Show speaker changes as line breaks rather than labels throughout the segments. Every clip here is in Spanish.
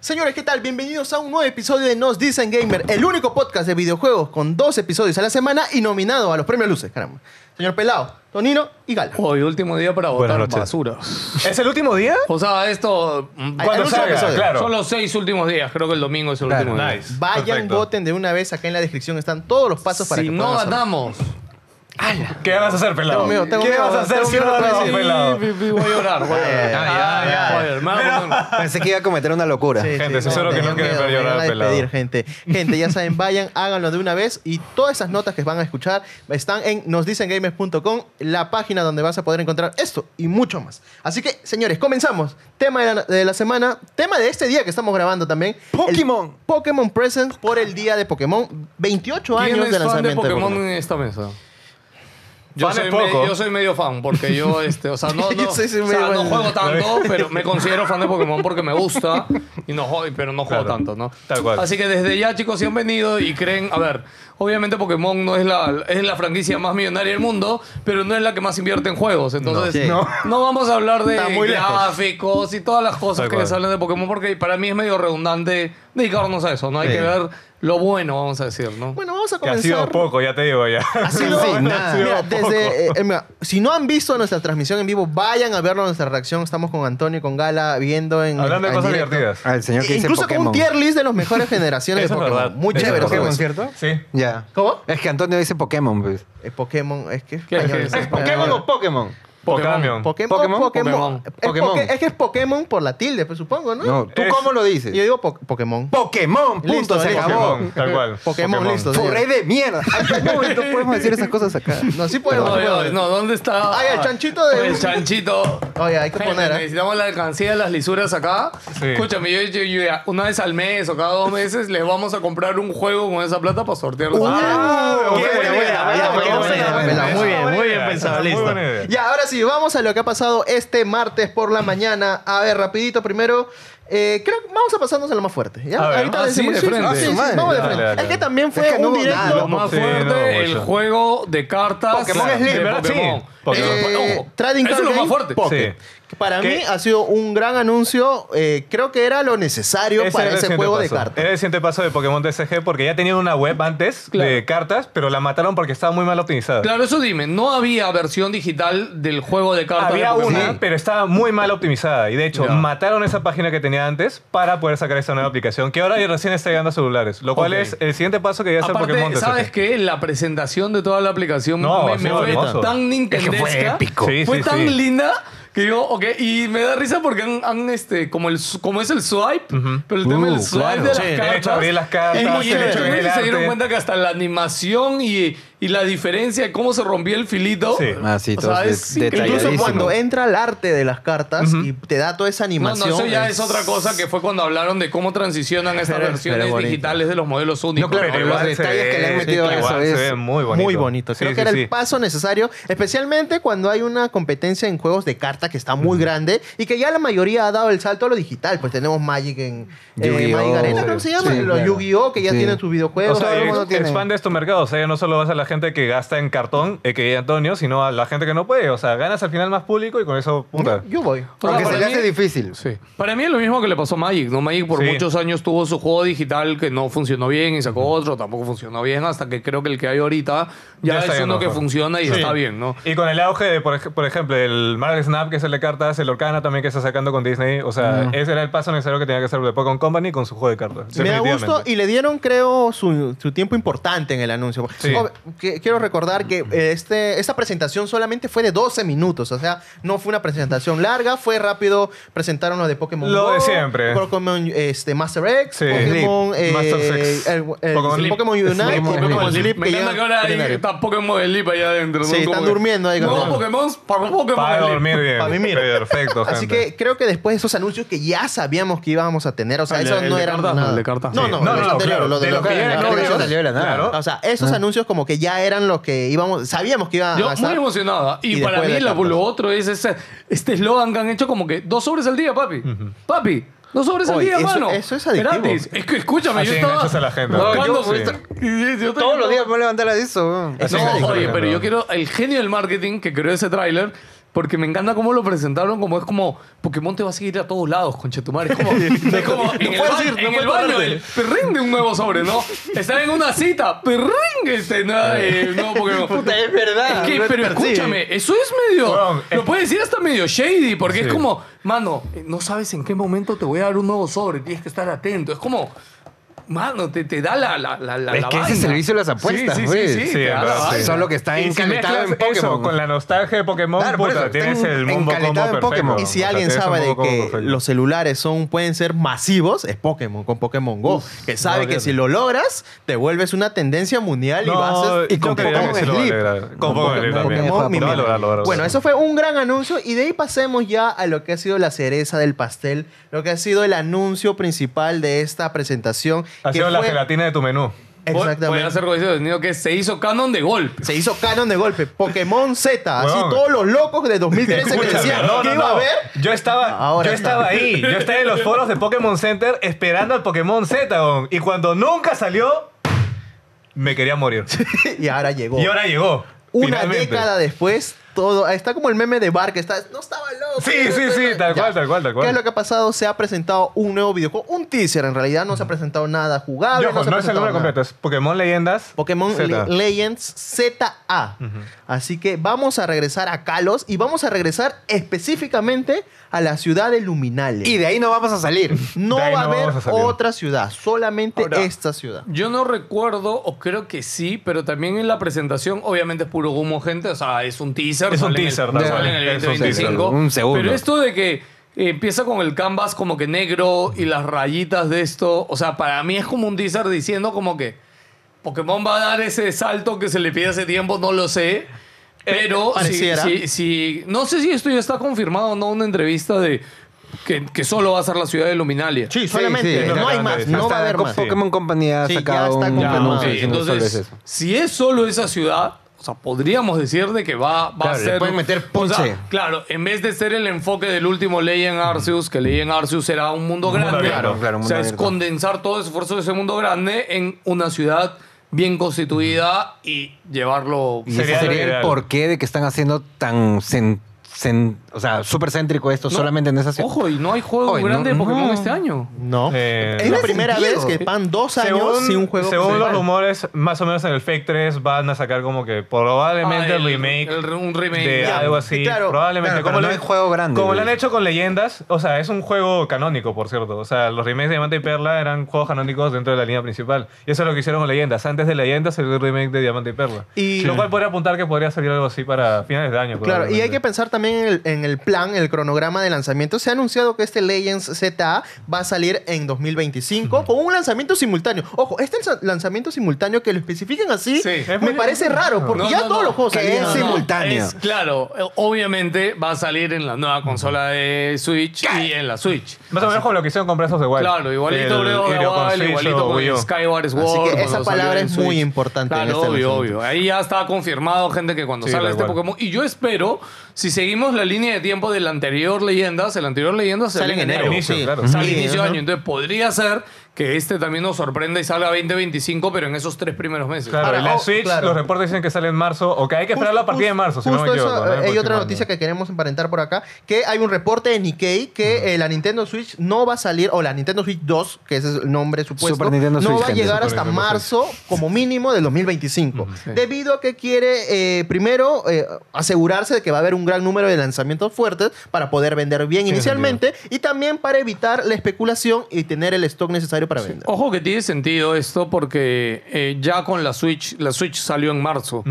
Señores, ¿qué tal? Bienvenidos a un nuevo episodio de Nos Dicen Gamer, el único podcast de videojuegos con dos episodios a la semana y nominado a los premios Luces, caramba. Señor Pelado, Tonino y Gala.
Hoy, último día para votar
noches.
basura.
¿Es el último día?
O sea, esto. mm,
Ay,
Cuando
anuncio de
salga,
episodio.
claro.
Son los seis últimos días. Creo que el domingo es el
Claro,
último
nice.
Vayan,
Perfecto.
voten de una vez. Acá en la descripción están todos los pasos
día.
para
Si
que
no
puedan hacerlo.
ganamos,
¿Qué vas a hacer, pelado?
Tengo miedo, tengo
¿Qué
miedo,
vas a hacer
tengo
si
miedo,
no ganamos,
sí.
pelado?
pi, pi, voy a llorar. Voy a llorar.
Ya, ya, ya.
Voy a llorar, me voy a poner-
Pensé que iba a cometer una locura.
Sí,
Gente, seguro que no
tengan
quieren
miedo,
ver llorar
me van a
al pelado.
despedir, gente. Gente, ya saben, vayan, háganlo de una vez y todas esas notas que van a escuchar están en nosdicengames.com, la página donde vas a poder encontrar esto y mucho más. Así que, señores, comenzamos. Tema de la, de la semana, tema de este día que estamos grabando también. el
Pokémon.
Pokémon Presents por el día de Pokémon. 28
¿Quién
años de
es fan de
lanzamiento de
Pokémon
Pokémon.
en esta mesa? Yo
Fan
soy,
es poco.
me- yo soy medio fan, porque yo, este, o sea, no, no,
Yo soy- soy
o sea,
medio fan.
no juego tanto, pero me considero fan de Pokémon porque me gusta, y no juego, pero no juego
Claro.
tanto, ¿no?
Tal cual.
Así que desde ya, chicos, si han venido y creen, a ver, obviamente Pokémon no es la, es la franquicia más millonaria del mundo, pero no es la que más invierte en juegos, entonces
No.
no, vamos a hablar de
Está muy lejos.
gráficos y todas las cosas
Tal
que
cual.
les hablan de Pokémon, porque para mí es medio redundante dedicarnos a eso, ¿no? Hay
Sí.
que ver lo bueno, vamos a decir, ¿no?
Bueno, vamos a
Que ha sido
comenzar.
poco, ya te digo ya.
Ha sido-
Sí,
mira,
nada.
mira,
Ha sido
desde, eh, eh, mira, si no han visto nuestra transmisión en vivo, vayan a verlo nuestra reacción. Estamos con Antonio y con Gala viendo en.
Hablando de
en
cosas
directo.
divertidas.
Al señor que
E
dice
incluso con un
Pokémon.
tier list de los mejores generaciones de
Eso es
Pokémon.
verdad.
Muy
Eso
chévere.
es
todo
Pokémon,
eso.
¿cierto?
Sí.
Ya.
¿Cómo?
Es que Antonio dice Pokémon, pues.
Eh, Pokémon, es que es
¿Qué es
español.
que es?
es
¿Pokémon
español.
o Pokémon?
Pocamion.
Pokémon, Pokémon,
Pokémon.
Pokémon?
Es,
Pokémon.
Poké- es que es Pokémon por la tilde, pues, supongo, ¿no?
No, ¿tú
Es-
cómo lo dices?
Yo digo po- Pokémon.
Pokémon, punto,
Listo,
se
listo.
acabó.
Pokémon, tal cual.
Pokémon, listo.
Furré de mierda. Ay, no, no podemos decir esas cosas acá.
No, sí podemos.
No,
sí podemos.
no, no, ¿dónde está?
Ay, el chanchito de-
El chanchito.
Oye, hay que
Gente,
poner, ¿eh?
Necesitamos la alcancía de las lisuras acá.
Sí.
Escúchame, yo, yo- yo ya una vez al mes o cada dos meses les vamos a comprar un juego con esa plata para sortearlo.
Ah,
qué buena, buena, buena,
qué
buena,
muy bien,
idea.
buena,
Esa es
muy
buena
bien
idea,
pensado,
esa es
listo.
Muy buena idea.
Ya, ahora sí, vamos a lo que ha pasado este martes por la mañana. A ver, rapidito primero. eh, creo que vamos a pasarnos a lo más fuerte. ¿ya?
A ver.
Ahorita
Ah, sí,
decimos,
de
sí, sí,
frente.
sí,
Ah, su madre.
vamos de
Dale,
frente.
dale.
es que también fue
Es que no
un
hubo
directo.
nada,
Lo más
Sí,
fuerte,
no,
el
mucho.
juego de cartas.
Pokémon
de
Slim, ¿verdad?
Pokémon.
Sí, Pokémon.
Eh,
Eh, Trading
Eso es
Card
lo más
Game.
fuerte.
Po-
Sí.
Para
¿Qué?
mí ha sido un gran anuncio. eh, creo que era lo necesario
Ese
para
era el
ese
siguiente
juego de
paso.
cartas.
Era el siguiente paso de Pokémon TCG porque ya tenían una web antes de
Claro.
cartas, pero la mataron porque estaba muy mal optimizada.
Claro, eso dime. No había versión digital del juego de cartas.
Había
de Pokémon.
una, pero estaba muy mal optimizada. Y de hecho,
Ya.
mataron esa página que tenía antes para poder sacar esta nueva aplicación, que ahora ya recién está llegando a celulares. Lo cual
Ok.
es el siguiente paso que debe hacer
Aparte,
Pokémon. de
¿sabes
Sergio.
qué? La presentación de toda la aplicación
No,
me,
ha
me
sido
fue
hermoso.
tan nintendesca.
épico.
Sí,
fue
sí,
tan
sí.
linda que yo, ok, y me da risa porque han, han, este, como, el, como es el swipe, pero el tema
Uh,
del swipe
claro.
de las
Sí,
el
cartas.
hecho de abrir las cartas,
y-
el
y
hecho de
literalmente
ver el
se dieron
arte.
cuenta que hasta la animación y, y la diferencia de cómo se rompía el filito.
Sí.
Ah, sí,
O sea,
todos de-
es increíble.
Incluso
detalladísimo.
cuando entra el arte de las cartas y te da toda esa
No, no,
animación.
eso ya es otra cosa que fue cuando hablaron de cómo transicionan estas
Pero- pero
versiones
bonito.
digitales de los modelos únicos.
claro,
¿no?
Pero
los
igual se
detalles
ve-
que le han metido
sí,
a
igual
eso
se
es
ve muy bonito.
Muy bonito. Creo
Sí,
que
sí,
era
sí.
el paso necesario, especialmente cuando hay una competencia en juegos de carta que está muy grande y que ya la mayoría ha dado el salto a lo digital. Pues tenemos Magic en eh,
Yu-Gi-Oh,
Magic Arena, ¿cómo se
sí,
llama?
sí,
Los
claro.
Yu-Gi-Oh! que ya
Sí.
tienen sus
O
videojuegos.
sea,
todo el
ex-
mundo tiene.
expandes tu mercado. O sea, ya no solo vas a la gente que gasta en cartón, eh, que diría Antonio, sino a la gente que no puede. O sea, ganas al final más público y con eso, puta.
Yo voy.
O sea,
Porque se
para
le
mí-
hace difícil.
Sí. Para mí es lo mismo que le pasó a Magic, ¿no? Magic por
Sí.
muchos años tuvo su juego digital que no funcionó bien y sacó otro, tampoco funcionó bien, hasta que creo que el que hay ahorita ya,
Ya está
es
yendo
uno que
mejor.
funciona y está bien, ¿no?
Y con el auge de, por, ej- por ejemplo, el Marvel Snap, que es el de cartas, el Orcana también que está sacando con Disney. O sea,
Mm.
ese era el paso necesario que tenía que hacer de Pokémon Company con su juego de cartas.
Me da
Definitivamente.
gusto y le dieron, creo, su, su tiempo importante en el anuncio.
Sí.
Ob- que- quiero recordar que eh, este, esta presentación solamente fue de 12 minutos. O sea, no fue una presentación larga, fue rápido. Presentaron lo de Pokémon
Lo
Go,
de siempre.
Pokémon este, Master X,
Sí.
Pokémon,
Sleep. Master
eh,
Sex.
el- el-
Pokémon
Pokémon,
Sleep.
Unite,
Sleep.
Pokémon
Pokémon
Sleep.
Me
Ah, que ya-
encanta que ahora hay-
ordinario.
está Pokémon de Lip allá adentro.
Sí, están
Como que-
durmiendo ahí,
No,
cabrón.
Pokémon, para Pokémon
Para
Lip.
dormir bien.
Pa' mimir.
Perfecto,
Así
gente.
que creo que después de esos anuncios que ya sabíamos que íbamos a tener, o sea,
El de-
eso
el
no
de
era
cartas,
nada.
el de cartas.
No,
Sí.
no,
No,
los
no,
anteriores,
claro.
los de
De
los
los que
cartas, no,
ya no
que eso
vemos.
salió de la nada.
Claro.
O sea, esos anuncios como que ya eran los que íbamos, sabíamos que iban
Yo
a
muy
estar.
emocionada. Y,
Ah, Y
para
después
mí
de
lo,
tantos.
lo otro es ese- este eslogan que han hecho como que dos sobres al día, papi. Papi. Dos sobres al
Oye,
día,
eso-
mano.
eso es adictivo.
Gratis. Es que escúchame,
Así
yo estaba.
enganchas a la gente.
buscando-
No, yo-
Sí. Y- yo
Todos
estaba-
los días me voy a levantar a eso. weón.
Así
No,
es,
oye,
correcto.
pero yo quiero el genio del marketing que creó ese tráiler Porque me encanta cómo lo presentaron, como es como Pokémon te va a seguir a todos lados, conchetumare. Es como, es como en el,
puedes
ba-
ir,
en
no
el
puedes
baño,
pararte.
el perrín de un nuevo sobre, ¿no? Estar en una cita, perrín este nuevo, eh, nuevo Pokémon.
Puta, es
Ah,
verdad.
Es que,
No te
pero
persigue.
escúchame, eso es medio.
Weón,
lo
es-
puedes decir hasta medio shady, porque es
Sí.
como, mano, eh, no sabes en qué momento te voy a dar un nuevo sobre, tienes que estar atento. Es como, mano, te, te da la. la, la, la
Es
la
que ese
vaina.
servicio de las apuestas,
Sí, sí,
güey.
sí, sí,
Sí,
te
en
da la
verdad, sí.
vaina.
Solo que está
Y si
encalentado
mezclas
en Pokémon.
Eso, con la nostalgia de Pokémon,
Claro, por
puta,
eso,
tienes
está en-
el Mumbo Combo
encalentado en
perfecto.
Pokémon.
Y si
O sea,
alguien
tienes un
sabe de
Mumbo
que
Combo perfecto.
los celulares son, pueden ser masivos, es Pokémon con Pokémon Go. que sabe
no,
que
olvídate.
si lo logras, te vuelves una tendencia mundial y vas a.
y con
yo creía
Pokémon
que sí lo va a
Sleep.
lograr. Con
Con
Pokémon
Pokémon
Sleep también.
Pokémon
No,
mi
lo va a
mierda.
lograr, lo va a lograr.
Bueno, eso fue un gran anuncio y de ahí pasemos ya a lo que ha sido la cereza del pastel, lo que ha sido el anuncio principal de esta presentación.
Ha
que
sido la
fue-
gelatina de tu menú.
Voy a
Exactamente.
hacer como dice Dios que se hizo canon de golpe.
Se hizo canon de golpe. Pokémon Z. Así
Weón.
todos los locos de 2013 que
Escúchame,
decían
no,
que
no,
iba a
no.
haber.
Yo estaba,
Ahora
yo
está.
estaba ahí. Yo estaba en los foros de Pokémon Center esperando al Pokémon Z. weón. Y cuando nunca salió, me quería morir.
Y ahora llegó.
Y ahora llegó.
Una
finalmente.
década después, todo. Está como el meme de Bar que está. No estaba loco.
Sí, sí, sí, tal
Ya.
cual, tal cual, tal cual.
¿Qué es lo que ha pasado? Se ha presentado un nuevo videojuego, un teaser. En realidad no se ha presentado nada jugable.
Yo, ojo,
no se ha
no es el
presentado
nombre
nada.
completo, es Pokémon Leyendas.
Pokémon
Z.
Le- Legends ZA. Así que vamos a regresar a Kalos y vamos a regresar específicamente a la ciudad de Luminalia.
Y de ahí no vamos a salir.
no
de ahí
va
no
a
vamos a
haber
salir.
otra ciudad, solamente
Ahora,
esta ciudad.
Yo no recuerdo, o creo que sí, pero también en la presentación, obviamente es puro humo, gente. O sea, es un teaser.
Es un
sale en el-
teaser, tal
sale en el
cual. Es un
2025.
teaser, un segundo.
Pero esto de que eh, empieza con el canvas como que negro y las rayitas de esto. O sea, para mí es como un teaser diciendo como que Pokémon va a dar ese salto que se le pide hace tiempo, no lo sé. Pero si-
pareciera.
si- si- no sé si esto ya está confirmado o no, una entrevista de que, que solo va a ser la ciudad de Luminalia.
Sí, solamente,
sí,
no hay más,
exactamente.
no va a
Hasta
haber
Co-
más.
Pokémon Company ha
Sí, ya
sacado
está
un
confirmado.
Ya,
anuncio
Ah, ok.
sí,
diciendo solo
Entonces,
es eso.
si es solo esa ciudad, o sea, podríamos decir de que va, va a
Claro, le
ser.
pueden meter
o sea,
ponche.
claro, en vez de ser el enfoque del último Legend Arceus, que Legend Arceus era un mundo grande.
abierto. Claro,
claro, un
o sea,
mundo
es
abierto.
condensar todo el esfuerzo de ese mundo grande en una ciudad bien constituida y llevarlo.
Y
Sería
ese
lo
sería el
ideal.
porqué de que están haciendo tan cen- cen- o sea, súper céntrico esto
No,
solamente en esa ciudad.
Ojo, y no hay juego
Oye,
grande de
no,
Pokémon
no.
este año.
No.
Eh,
es la
no.
primera
sentido.
vez que van dos años sin un juego.
según
principal.
los rumores, más o menos en el Fake 3 van a sacar como que probablemente
Ah, el-
remake,
el- un remake.
de
Ya,
algo así.
y claro,
probablemente.
claro, pero no
lo-
es juego grande,
Como lo han
güey.
hecho con leyendas, o sea, es un juego canónico, por cierto. O sea, los remakes de Diamante y Perla eran juegos canónicos dentro de la línea principal. Y eso es lo que hicieron con leyendas. Antes de leyendas salió el remake de Diamante y Perla.
Y-
lo cual podría apuntar que podría salir algo así para finales de año.
Claro, y hay que
probablemente.
pensar también en el, en el plan, el cronograma de lanzamiento. Se ha anunciado que este Legends ZA va a salir en 2025 con un lanzamiento simultáneo. Ojo, este lanza- lanzamiento simultáneo que lo especifiquen así
Sí. Es
me
muy-
parece raro porque
No,
ya
no,
todos
no.
los juegos
Que
salían.
es
No, no.
simultáneo.
Es, claro, eh, obviamente va a salir en la nueva consola de Switch y en la Switch.
Más o menos como lo que hicieron con Breath of the Wild.
Claro,
El-
igualito Breath of the
el- con
Wild,
Switch
igualito
o Wii U.
con Skyward Sword.
Así que
cuando
esa
salió
palabra
en
es muy
Switch.
importante en
Claro,
este
obvio,
lanzamiento.
obvio. Ahí ya está confirmado, gente, que cuando
Sí,
salga
tal
este
cual.
Pokémon... Y yo espero, si seguimos la línea de tiempo de la anterior Leyendas, el anterior Leyendas
Sale en enero.
inicio,
sí.
claro.
Ujú.
Sale
Sí,
inicio de
ajá.
año. Entonces podría ser que este también nos sorprenda y salga 2025, pero en esos tres primeros meses.
Claro,
Ahora,
y la
oh,
Switch,
claro.
los reportes dicen que sale en marzo, o que hay que esperar la partida de marzo, si no me
justo
equivoco.
eso,
¿no?
eh, hay otra
Confirmando.
noticia que queremos emparentar por acá, que hay un reporte de Nikkei que eh, la Nintendo Switch no va a salir, o la Nintendo Switch 2, que ese es el nombre supuesto,
Super Nintendo
no
Switch,
va a
gente,
llegar
Super
hasta
Nintendo
marzo como mínimo del 2025, debido a que quiere eh, primero eh, asegurarse de que va a haber un gran número de lanzamientos fuertes para poder vender bien inicialmente y también para evitar la especulación y tener el stock necesario para vender.
Ojo que tiene sentido esto porque eh, ya con la Switch, la Switch salió en marzo.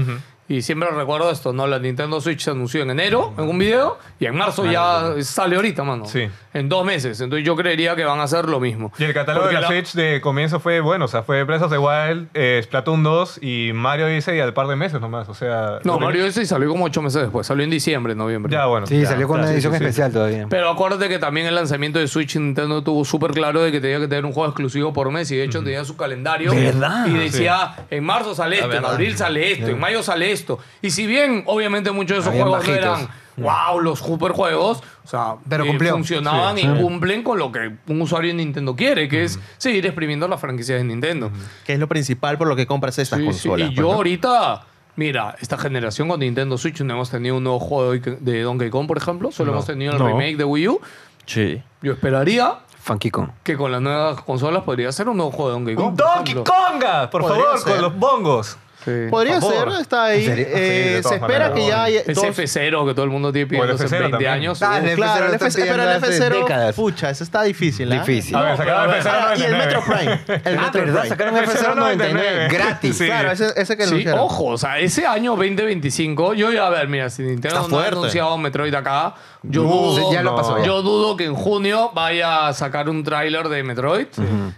Y siempre recuerdo esto, ¿no? La Nintendo Switch se anunció en enero en un video y en marzo
Ah,
ya sale ahorita, mano.
Sí.
En dos meses. Entonces yo creería que van a hacer lo mismo.
Y el catálogo
Porque
de la, Switch de comienzo fue bueno, o sea, fue Breath of the Wild, eh, Splatoon 2 y Mario Odyssey al par de meses nomás, o sea...
No,
lo que-
Mario ese salió como ocho meses después. Salió en diciembre, noviembre.
Ya, bueno.
Sí,
ya,
salió con
ya,
una
sí,
edición
sí, sí.
especial todavía.
Pero acuérdate que también el lanzamiento de Switch Nintendo tuvo súper claro de que tenía que tener un juego exclusivo por mes y de hecho tenía su calendario
¿Verdad?
y decía en marzo sale esto, en abril sale esto, en mayo sale esto. Y si bien obviamente muchos de esos
Habían
juegos no
bajitos.
eran wow, los super juegos, o sea, eh,
Pero cumplió.
funcionaban y cumplen con lo que un usuario de Nintendo quiere, que es seguir exprimiendo las franquicias de Nintendo.
Que es lo principal por lo que compras estas
Sí, sí.
consolas.
Y
pues,
yo
¿no?
ahorita Mira, esta generación con Nintendo Switch no hemos tenido un nuevo juego de- de Donkey Kong, por ejemplo. Solo
No.
hemos tenido el
No.
remake de Wii U.
Sí.
Yo esperaría
Funky Kong.
que con las nuevas consolas podría ser un nuevo juego de Donkey Kong.
¡Un
por
Donkey
ejemplo.
Konga! Por
Podría
favor,
ser.
con los bongos.
Sí.
Podría
Por
ser,
favor.
está ahí.
¿En serio?
Eh,
Sí, de
se
todas
espera
maneras.
que ya haya.
Ese
dos-
F0 que todo el mundo tiene pidiendo
el
hace
F0
20
también.
años.
Ah, el
claro, el
F0
F0,
están
pero el
pidiendo hace
F0.
décadas.
Pucha, eso está difícil. ¿ah?
Difícil.
A ver, sacaron el
Ah,
F099.
y el Metro Prime. El
Ah,
Metro
¿verdad?
Prime.
Sacaron FC 99
99.
gratis.
Sí.
Claro, ese, ese que
Sí,
anunciaron.
ojo, o sea, ese año 2025, yo ya, a ver, mira, si Nintendo
Está
no ha
fuerte.
anunciado Metroid acá, yo,
No,
dudo,
ya lo pasó, ya.
yo dudo que en junio vaya a sacar un tráiler de Metroid.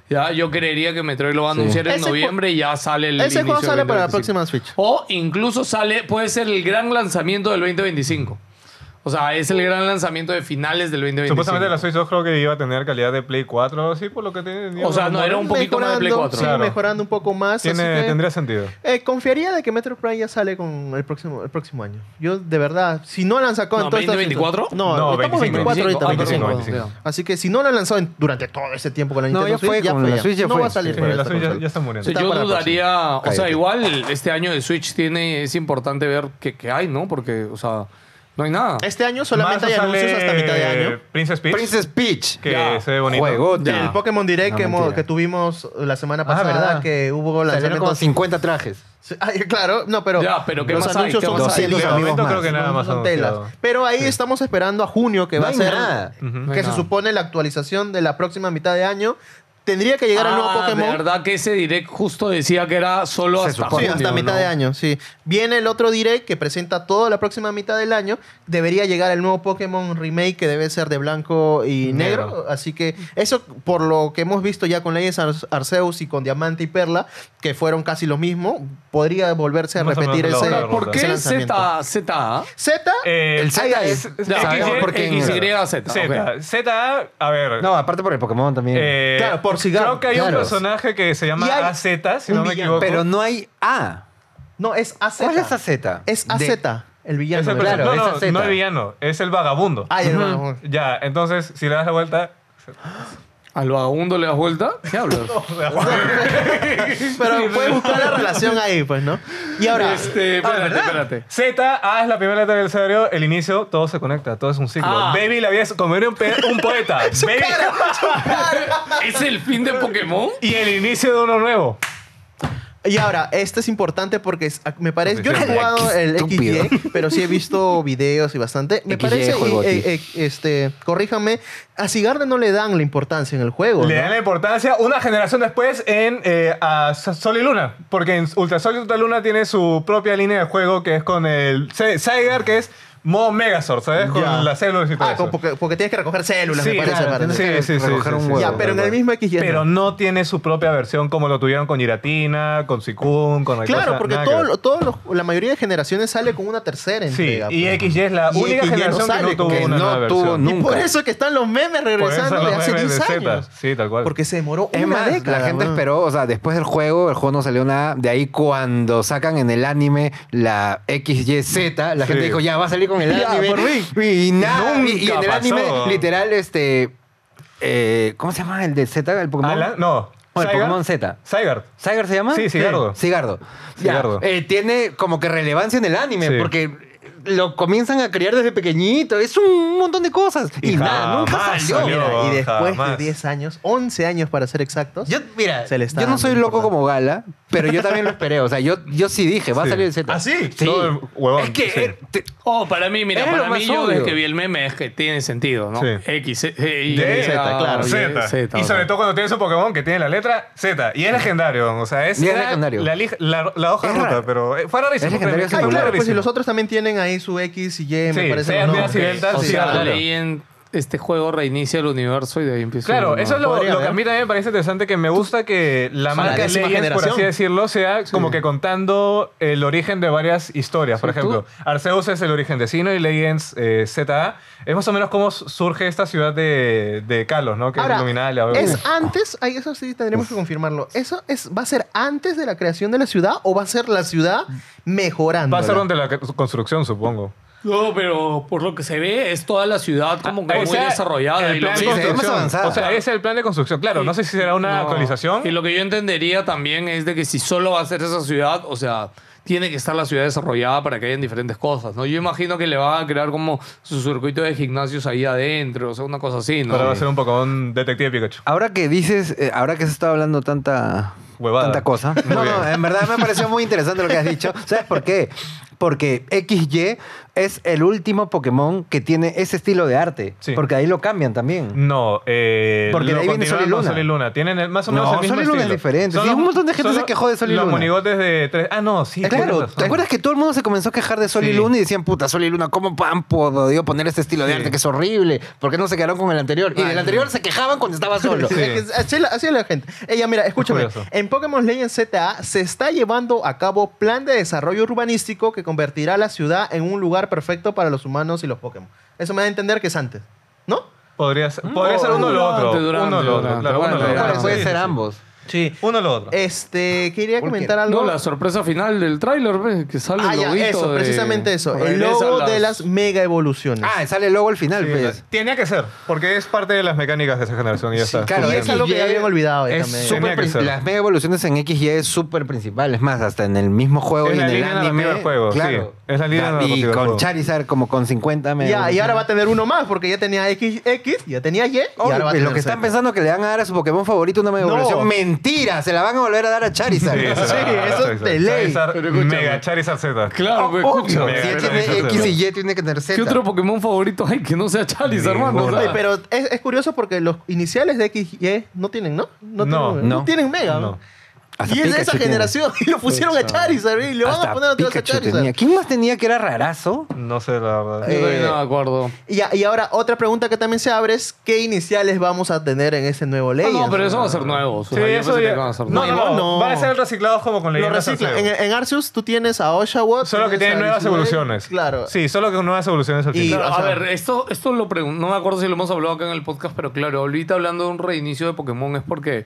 Ya, yo creería que Metroid lo va a anunciar en
Ese
noviembre y ya sale el
Ese juego
inicio
sale
del
para la
2025.
próxima Switch.
O incluso sale, puede ser el gran lanzamiento del 2025. O sea, es el gran lanzamiento de finales del 2025.
Supuestamente la Switch 2 creo que iba a tener calidad de Play 4, sí, por lo que tenía.
O sea, no, era un poquito más de Play
Mejorando,
4.
Sí,
Claro.
mejorando un poco más.
Tiene-
así que,
Tendría sentido.
eh, confiaría de que Metro Prime ya sale con el próximo, el próximo año. Yo, de verdad, si no lo han sacado en
No,
todo este-
2024?
No,
No,
estamos
25.
24 ahorita.
Ah,
25,
perdón,
25.
perdón.
Así que si no lo han lanzado en- durante todo ese tiempo con la
No,
Nintendo
ya fue,
Switch,
con la Switch ya
no
fue.
va a salir
Sí,
para
la
esta
Switch ya,
consola.
ya está muriendo.
Sí,
Está
yo
para la
dudaría, o sea,
Cállate.
igual este año de Switch tiene, es importante ver qué, qué hay, ¿no? Porque, o sea, no hay nada.
Este año solamente
Marzo
hay
sale
anuncios hasta mitad de año.
Princess Peach,
Princess Peach.
que
Ya.
se ve bonito.
Juegote.
Ya.
El Pokémon Direct
No,
que, hemos-
mentira.
que tuvimos la semana
Ah,
pasada,
¿verdad?
que hubo
Salieron como
lanzamientos
50 trajes.
Sí, ah, claro, no, pero,
Ya, pero ¿qué
los
más hay?
anuncios
¿Qué
son
más hay?
serios,
De
amigos,
momento
más.
creo que nada
Son-
más
son telas.
anunciado.
Pero ahí estamos esperando a junio, que
No
va a
hay
ser
nada.
Ujú.
que
No.
se supone la actualización de la próxima mitad de año. Tendría que llegar el nuevo
Ah,
Pokémon.
De verdad que ese direct justo decía que era solo
Se
hasta
supone.
Sí,
junio,
hasta mitad
¿no?
de año, sí. Viene el otro Direct que presenta toda la próxima mitad del año. Debería llegar el nuevo Pokémon Remake que debe ser de blanco y negro.
Negro.
Así que eso, por lo que hemos visto ya con Leyes Ar- Arceus y con Diamante y Perla, que fueron casi lo mismo, podría volverse a
Más o
repetir
menos lo-
ese,
lo-
Ahora,
lo-
¿Por
ese
qué
lanzamiento.
Z, Z?
Z,
Eh,
El Z
hay-
es-
es-
Ya,
XY,
sabemos por qué
XY,
XYZ,
Z.
ok.
Z, a ver.
No, aparte por el Pokémon también.
eh,
Claro, por cigarro,
Creo que hay un
claro.
personaje que se llama
Y hay
AZ, si
un
no me
villano,
equivoco.
pero no hay A.
no, es AZ.
¿Cuál es AZ?
Es
De-
AZ, el
Es
villano.
el
¿verdad?
claro,
personaje-
es
no, no,
AZ.
no es villano, es el vagabundo.
Ay, hermano.
Ya, entonces, si le das la vuelta.
¿Al vagabundo le das vuelta? ¿Qué hablas?
Pero puedes buscar la relación ahí, pues, ¿no? Y ahora, ah,
Este, espérate, espérate.
Z, A es la primera letra del abecedario, el inicio, todo se conecta, todo es un ciclo.
Ah.
Baby la vida es como era un, pe- un poeta. Baby-
¿Es el fin de Pokémon?
y el inicio de uno nuevo.
Y ahora, este es importante porque es- ah, me parece. Yo no he
Qué
jugado el
estúpido.
XY, pero sí he visto videos y bastante. Me
XY
parece.
juego
y-
aquí.
eh, eh, este, corríjame. A Sigarde no le dan la importancia en el juego.
Le
¿no?
dan la importancia una generación después en eh, a S- Sol y Luna. Porque en Ultra Sol y Ultra Luna tiene su propia línea de juego que es con el Cy- Zygarde, que es modo Megazord, ¿sabes? Con
Ya.
las células y todo
Ah,
eso.
como porque, porque tienes que recoger células,
Sí,
me parece.
claro,
aparte.
sí,
Tienes que
sí, sí,
recoger
sí,
un
sí.
huevo.
ya, pero en el mismo XY. no.
Pero no tiene su propia versión como lo tuvieron con Giratina, con Sikun, con
Claro,
Rayquaza,
porque
nada que
todo,
ver.
lo- todo lo- la mayoría de generaciones sale con una tercera
Sí,
entrega.
y
pues.
XY es la
Y
única
XY no
generación
sale,
que no tuvo
que
una
no
nueva
tuvo
versión.
nunca.
Y por eso que están los memes
Por eso
regresando
los
de hace
memes
10
de Z.
años.
Sí, tal cual.
Porque se demoró
Es
una
más,
década.
la gente
weón.
esperó, o sea, después del juego, el juego no salió nada. De ahí cuando sacan en el anime la XYZ, la
Sí.
gente dijo, ya va a salir con el
Ya,
anime.
por
Y nada.
Nunca
y, y en el anime,
pasó.
literal, este. eh, ¿Cómo se llama el de Z? ¿El Pokémon?
Alan- no.
O el
Zygarde.
Pokémon Z.
Zygarde.
¿Zygarde se llama?
Sí, Cigardo.
Cigardo.
Cigardo.
eh, tiene como que relevancia en el anime,
Sí.
porque lo comienzan a criar desde pequeñito. Es un montón de cosas. Y,
Y
nada, nunca
jamás
salió.
salió.
Mira, y después de
Jamás.
10 años, 11 años para ser exactos.
Yo, mira,
Se le está
yo no
dando
soy loco
importancia.
como Gala, pero yo también lo esperé. O sea, yo, yo sí dije, va a
Sí.
salir el Z.
¿Ah, sí?
Sí.
Todo el huevón,
es que
sí.
eh, te-
Oh, para mí, mira,
Era
para
lo más
mí yo desde
obvio.
que vi el meme es que tiene sentido, ¿no?
Sí.
X, eh, Y,
De-
Z, claro.
Y,
Z.
Z,
y
o
sobre
sea.
todo cuando tienes un Pokémon que tiene la letra Z. Y es legendario. O sea, es,
Y es
la-
legendario.
La, lij- la- la hoja
Es
ruta,
raro.
pero eh, fue rarísimo.
Es legendario
fue
Ah,
singular.
claro, pues y
rarísimo.
los otros también tienen ahí su X y Y, me
Sí,
parece.
sean
¿no?
de accidental,
O
sí,
sea,
claro.
leí en este juego reinicia el universo y de ahí empieza.
Claro, eso es lo,
Podría
lo que a
haber.
mí también me parece interesante, que me gusta que la
O sea, la
marca
décima
Legends, por
generación.
así decirlo, sea como que contando el origen de varias historias. Por
Sí,
ejemplo, Arceus es el origen de Sino y Legends eh, ZA es más o menos cómo surge esta ciudad de, de Kalos, ¿no? Que
Ahora,
es luminaria. o algo así.
¿Es antes? Ay, eso sí tendremos que confirmarlo. ¿Eso es, va a ser antes de la creación de la ciudad o va a ser la ciudad mejorando?
Va a ser donde la construcción, supongo.
No, pero por lo que se ve, es toda la ciudad como que
O
muy
sea,
desarrollada.
el
Y lo,
plan
Sí,
de
que,
se ve más
construcción.
avanzada.
O sea, ese es el plan de construcción. Claro, no sé si será una
No.
actualización.
y lo que yo entendería también es de que si solo va a ser esa ciudad, o sea, tiene que estar la ciudad desarrollada para que hayan diferentes cosas, ¿no? Yo imagino que le van a crear como su circuito de gimnasios ahí adentro, o sea, una cosa así, ¿no?
Pero va a ser un poco un detective Pikachu.
Ahora que dices, eh, ahora que se está hablando tanta
Huevada.
tanta cosa.
Muy
No, no,
bien.
en verdad me pareció muy interesante lo que has dicho. ¿Sabes por qué? Porque XY es el último Pokémon que tiene ese estilo de arte.
Sí.
Porque ahí lo cambian también.
No, eh,
Porque de
lo
ahí viene
continúan
Sol y
con
Luna.
Sol y Luna. Tienen el- más o menos
No,
el mismo
Sol y Luna es
estilo.
diferente.
Son
Sí,
los-
un montón de gente
son
se
los-
quejó de Sol y
Los
Luna.
monigotes de tres... Ah, no, sí. tienes
Claro,
razón.
¿te acuerdas que todo el mundo se comenzó a quejar de Sol y
Sí.
Luna y decían, puta, Sol y Luna, ¿cómo han podido poner este estilo de
Sí.
arte que es horrible? ¿Por qué no se quedaron con el anterior? Y del anterior se quejaban cuando estaba solo.
Sí.
Sí.
Es que así, es la, así es la gente. Ella, mira, escúchame.
curioso.
En Pokémon Legends ZA se está llevando a cabo plan de desarrollo urbanístico que convertirá la ciudad en un lugar perfecto para los humanos y los Pokémon. Eso me da a entender que es antes, ¿no?
Podría ser, podría ser uno o lo
durante,
otro.
durante,
uno o lo otro.
durante.
Claro, uno o lo
Bueno,
otro.
Puede- Puede
Sí,
ser
sí, sí.
ambos. Eh,
Sí.
Uno o lo otro.
Este, quería
¿Por qué?
comentar algo.
No, la sorpresa final del tráiler, ve, que sale
Ah,
el
ya,
loguito
eso,
de-
precisamente eso. El
Regresa
logo
las-
de las mega evoluciones.
Ah, sale luego al final,
Sí,
pues.
Tenía que ser, porque es parte de las mecánicas de esa generación y ya
Sí,
está.
claro,
y es
XY
algo que ya habían olvidado. eh,
es
también.
súper
Tenía que
prin-
ser.
las mega evoluciones en XY es súper principal. Es más, hasta en el mismo juego
Es
y
la
en el
línea
anime.
narrativa del juego,
claro.
sí. Es la línea
Y
narrativa del
con
juego.
Charizard como con 50 mega
Ya, y ahora va a
evoluciones.
tener uno más, porque ya tenía X, X ya tenía Y. y
Obvio,
ahora va a
pues,
tener
lo que están
Z.
pensando que le van a dar a su Pokémon favorito una mega
No.
evolución. Mentira, se la van a volver a dar a Charizard.
Sí,
Sí, eso es de ley.
Charizard,
Pero escúchame.
Mega Charizard Z.
Oh,
Claro, ve,
Obvio,
escucha.
si
Mega
él
Charizard.
Oh, tiene X y Y, tiene que tener Z.
¿Qué otro Pokémon favorito hay que no sea Charizard, hermano? O sea,
Oye, Eh, pero es, es curioso porque los iniciales de X y no tienen, ¿no?
No,
tienen,
no.
tienen mega.
No.
Hasta
Y es de
Pikachu
esa
tiene.
generación. Y lo pusieron a Charizard. Y le van
Hasta
a poner otra vez a
Pikachu
Charizard.
tenía. ¿Quién más tenía que era rarazo?
No sé, la verdad.
yo también
eh,
no me acuerdo. Ah,
Y, a- y ahora, otra pregunta que también se abre es: ¿qué iniciales vamos a tener en ese nuevo
Ah,
ley?
no, pero eso va a ser nuevo. o sea,
Sí,
yo
eso
pensé
ya...
que van a ser
No,
nuevos.
no,
no.
no. Van a ser reciclados como con
Lo
leyendas
reciclan.
Arceus.
En, en Arceus tú tienes a Oshawott.
Solo que
tienes
tienen
a
nuevas
Decidueye,
evoluciones.
Claro.
Sí, solo que con nuevas evoluciones al
Y-
final.
Claro,
O sea,
a ver, esto, esto lo pregunto. No me acuerdo si lo hemos hablado acá en el podcast, pero claro, ahorita hablando de un reinicio de Pokémon es porque.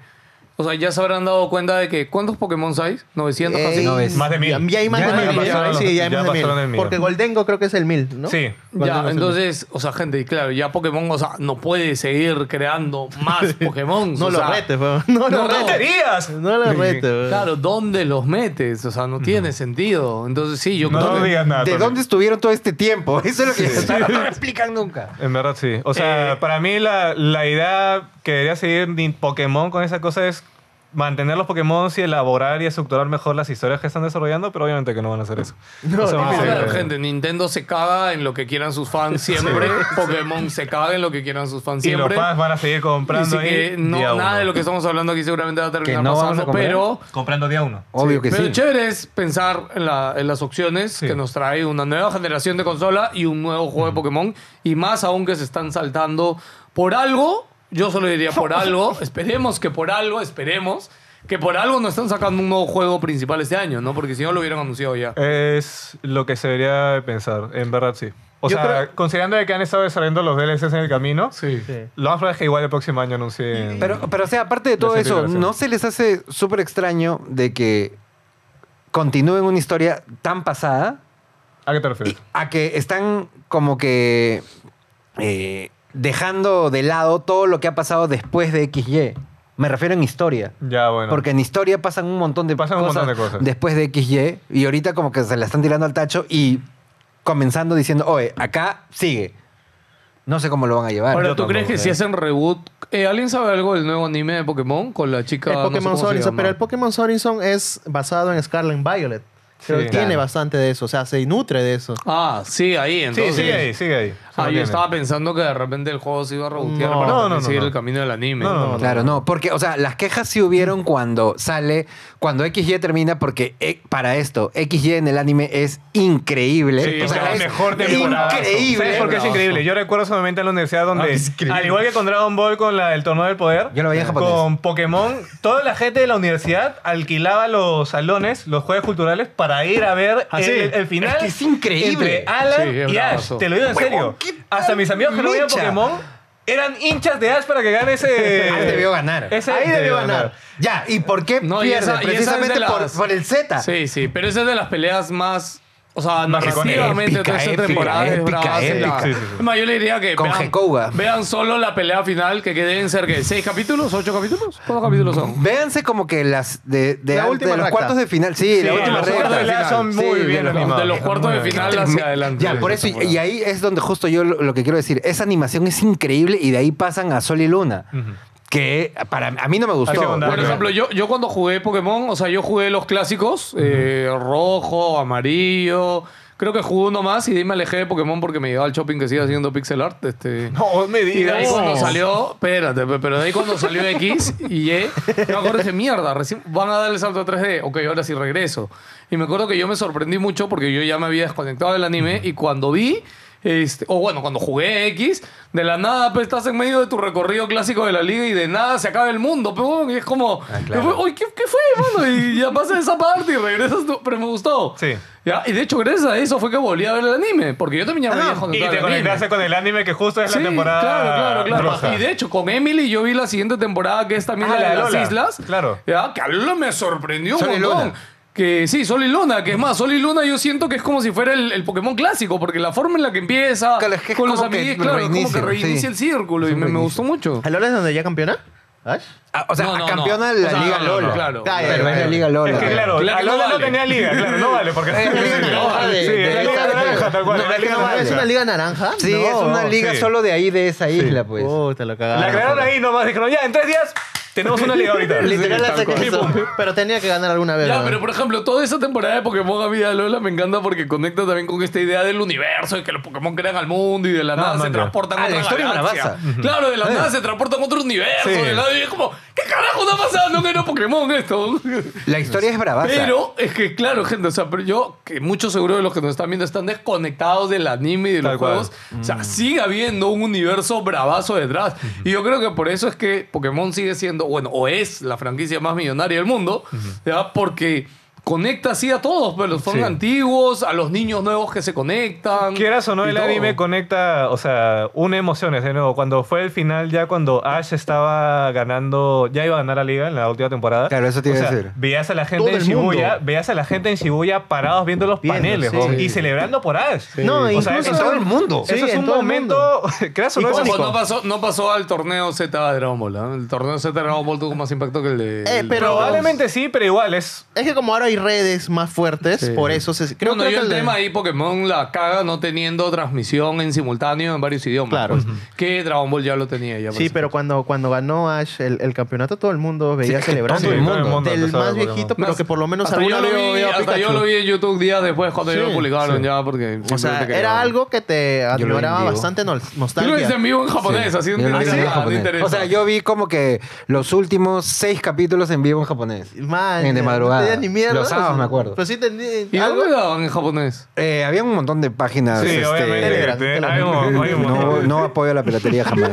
O sea, ya se habrán dado cuenta de que. ¿Cuántos Pokémon hay? 900
Eh,
casi.
no ves.
Más de mil.
Ya, ya hay más
Ya
de mil.
pasaron los-
sí, ya hay
ya
más de
pasaron
mil.
el millón.
Porque Goldengo creo que es el mil, ¿no?
Sí.
Ya, entonces, o sea, gente, y claro, ya Pokémon, o sea, no puede seguir creando más Pokémon.
No
o
lo
sea,
retes, weón. No
no,
lo
no.
retes.
¡Tonterías!
No lo retes, weón.
Claro, ¿dónde los metes? O sea, no tiene sentido. Entonces, sí, yo
No
creo que-
digas nada.
¿De
Tony.
dónde estuvieron todo este tiempo? Eso es lo que no me explican nunca.
En verdad sí. O sea, para mí la, la idea que debería seguir ni Pokémon con esa cosa es mantener los Pokémon y elaborar y estructurar mejor las historias que están desarrollando, pero obviamente que no van a hacer eso.
No,
O sea,
no,
Ah,
van a seguir-
claro, gente, Nintendo se caga en lo que quieran sus fans siempre. Pokémon se caga en lo que quieran sus fans
Y
siempre.
los fans van a seguir comprando
Así que
ahí.
no,
día
nada
uno.
de lo que estamos hablando aquí seguramente va a terminar
no vamos a
pasando,
comprar.
pero,
Comprando día uno.
Obvio que
pero
sí.
chévere es pensar en, la- en las opciones
Sí.
que nos trae una nueva generación de consola y un nuevo juego de Pokémon, y más aún que se están saltando por algo, yo solo diría por algo, esperemos que por algo, esperemos que por algo no están sacando un nuevo juego principal este año, ¿no? Porque si no lo hubieran anunciado ya.
Es lo que se debería pensar, en verdad sí. O
Yo
sea,
creo-
considerando de que han estado desarrollando los DLCs en el camino,
Sí.
lo más probable es que igual el próximo año anuncien...
Pero, pero, o sea, aparte de todo
La
eso,
separación.
¿no se les hace súper extraño de que continúen una historia tan pasada
¿A qué te
y
refieres?
a que están como que eh, dejando de lado todo lo que ha pasado después de XY? Me refiero en historia.
Ya, bueno.
Porque en historia pasan un montón de
Pasan un
cosas
montón de cosas.
después de XY y ahorita como que se la están tirando al tacho y comenzando diciendo, oye, acá sigue. No sé cómo lo van a llevar.
Ahora,
yo
¿tú crees
tampoco,
que
eh.
si hacen reboot? Eh, ¿Alguien sabe algo del nuevo anime de Pokémon con la chica?
El
no sé
Pokémon
cómo se
Sorinson,
llama?
pero el Pokémon Sorinson es basado en Scarlet Violet. Pero
Sí.
tiene
Claro.
bastante de eso, o sea, se nutre de eso.
Ah, sí, ahí
Sí,
entonces.
sigue ahí, sigue ahí. Se
Ah, yo
mantiene.
estaba pensando que de repente el juego se iba a rebotear
No,
para
no, no,
seguir
no.
el camino del anime.
No, no, no.
Claro, no, porque, o sea, las quejas sí
Mm.
hubieron cuando sale, cuando XY termina, porque eh, para esto, XY en el anime es increíble.
Sí,
O sea,
es la
es
mejor temporada. ¿Sabes
Increíble.
por qué es increíble? Yo recuerdo ese momento en la universidad donde,
Ah, es increíble.
al igual que con Dragon Ball, con la, el torneo del poder,
Yo lo veía en japonés.
con Pokémon, toda la gente de la universidad alquilaba los salones, los jueves culturales, para ir a ver
Ah, sí.
el, el final.
Es que es increíble.
Entre Alan
Sí, es
y Ash.
bravazo.
Te lo digo en serio.
¿qué tal
Hasta mis amigos que no veían
mecha?
Pokémon eran hinchas de Ash para que gane ese.
Ahí debió ganar.
Ese
Ahí debió ganar.
Ya, ¿y por qué
No, y
pierde?
esa- y esa es de
Precisamente por,
las-
por el Z.
Sí, sí, pero esa es de las peleas más O sea,
Marrocones.
narrativamente
Épica,
toda esa
épica,
temporada es
épica,
brava, sí,
épica.
la-
Sí, sí, sí.
Es más, yo le diría que
Con
vean,
Jecoba.
vean solo la pelea final, que que deben ser, que ¿Seis capítulos? ¿Ocho capítulos? ¿Cuántos capítulos son?
Véanse como que las de, de,
La
de
última
los
recta.
cuartos de final. Sí, la
Sí,
última
los cuartos de
recta.
final son muy
de
bien
los-
animados.
de los
es
cuartos
muy
de
bien.
final hacia adelante.
Ya, por eso, y, y ahí es donde justo yo lo, lo que quiero decir. Esa animación es increíble y de ahí pasan a Sol y Luna. Que para a mí no me
Hay
gustó.
segunda.
Por
Claro.
ejemplo, yo, yo cuando jugué Pokémon, o sea, yo jugué los clásicos, eh, rojo, amarillo. Creo que jugué uno más y de ahí me alejé de Pokémon porque me llevaba al shopping que sigue haciendo pixel art. Este.
No me
Y de ahí
digas.
cuando salió, espérate, pe- pero de ahí cuando salió X y Y, yo me acuerdo de mierda, recién van a dar el salto a 3D, ok, ahora sí regreso. Y me acuerdo que yo me sorprendí mucho porque yo ya me había desconectado del anime y cuando vi, este, o bueno, cuando jugué X, de la nada pues, estás en medio de tu recorrido clásico de la liga y de nada se acaba el mundo, pero es como,
Ah,
claro.
y fue, "Oy, ¿qué, qué fue, mano? Y ya pasa esa parte y regresas, tú- pero me gustó.
Sí.
Ya, y de hecho, gracias a eso fue que volví a ver el anime, porque yo
Ah,
también ya me había
Ah, Y
desconectado
te
del anime.
conectaste con el anime que justo es la
Sí,
temporada.
Claro, claro, claro.
rosa.
Y de hecho, con Emily yo vi la siguiente temporada, que es también
Ah,
la
la
de
de Lola.
las islas.
Claro.
Ya, que a Lola me sorprendió
Sol y
un montón.
Luna.
Que sí, Sol y Luna, que es más, Sol y Luna yo siento que es como si fuera el, el Pokémon clásico, porque la forma en la que empieza
Claro, es que es
con los
como que
amigos,
lo
claro, es como
reinicio,
que reinicia
sí.
el círculo y me, me gustó mucho.
¿A Lola es donde ya campeona? ¿Ash?
Ah, O sea,
No, no,
campeona
no.
la
O sea,
Liga
no, no,
Lola. Ah,
Claro.
Claro,
Pero es la Liga Lola.
Es que claro,
Claro
la
que no
Lola no
vale.
tenía liga, claro, no vale, porque
Es la liga
naranja de-
Sí, es la
de
liga
esta-
naranja, tal cual.
No,
es
la liga naranja.
¿Es una liga naranja?
Sí,
No.
es una liga
sí.
solo de ahí, de esa isla, pues.
Uh, te lo cagaron.
La crearon ahí nomás, dijeron, ya, en tres días tenemos una liga ahorita.
Literal
Sí,
la
tal cual.
saqué eso. Pero tenía que ganar alguna vez.
Ya,
¿no?
pero por ejemplo, toda esa temporada de Pokémon a vida de Lola me encanta porque conecta también con esta idea del universo, de que los Pokémon crean al mundo y de la nada se
manda.
transportan
Ah,
a otra
la historia es una
galaxia.
baza.
Claro, de la nada se transportan a otro universo.
Sí.
de la- y es como, ¿qué carajo está pasando? Que era Pokémon esto.
La historia es bravaza.
Pero es que, claro, gente, o sea, pero yo, que muchos seguro de los que nos están viendo están desconectados del anime y de
Tal
los
cual. Mm.
juegos. O sea, sigue habiendo un universo bravazo detrás. Y yo creo que por eso es que Pokémon sigue siendo, bueno, o es la franquicia más millonaria del mundo, ¿ya? Porque conecta así a todos, pero los fans
Sí.
antiguos, a los niños nuevos que se conectan.
Quieras o no,
y
el
todo.
anime conecta, o sea, une emociones de nuevo. Cuando fue el final, ya cuando Ash estaba ganando, ya iba a ganar la liga en la última temporada.
Claro, eso te iba
O
a
sea,
decir.
Veías a la
Todo
gente en
el mundo.
Shibuya, veías a la gente en Shibuya parados viendo los
Viendo,
paneles
sí.
¿no?
Sí.
y celebrando por Ash.
No,
O
incluso-
sea, eso-
en todo
el mundo.
Sí,
Eso es
en
un
todo el
momento, creas o no,
Y
es
Ojo,
único.
no pasó, no pasó al torneo Z de Dragon Ball. ¿ah? El torneo Z de Dragon Ball tuvo más impacto que el de.
Eh,
el-
pero-
Probablemente sí, pero igual es.
Es que como ahora hay redes más fuertes, por eso se... Creo,
Creo,
creo
yo
que
el
de-
tema ahí Pokémon la caga no teniendo transmisión en simultáneo en varios idiomas.
Claro.
pues, que Dragon Ball ya lo tenía. Ya pues.
Sí,
parece.
pero cuando, cuando ganó Ash el, el campeonato, todo el mundo
Sí,
veía
es que
celebrando.
todo el mundo.
Del
empezó a
más
ver Pokémon.
viejito, pero que por lo menos
hasta yo
alguna
lo
vez
vi,
veía a
hasta yo
Pikachu.
lo vi en YouTube días después cuando ya
Sí,
lo publicaron
sí.
ya porque
O
siempre
sea,
te quedaban.
era algo que te
Yo lo vi en
admiraba
vivo.
bastante no-
Tú lo dices
nostalgia.
en vivo en japonés, así
Yo
no
lo vi
interesa
en
nada, no
japonés.
interesa.
O sea, yo vi como que los últimos seis capítulos en vivo en japonés.
Man,
En de
no
madrugada.
tenía ni mierda.
Los sábados, me acuerdo.
Pero sí tenía
¿Y
algo.
algo daban en japonés?
Eh, había un montón de páginas.
Sí,
este,
Telegram,
obviamente.
Telegram.
Hay un- hay un-
no, no apoyo la piratería jamás.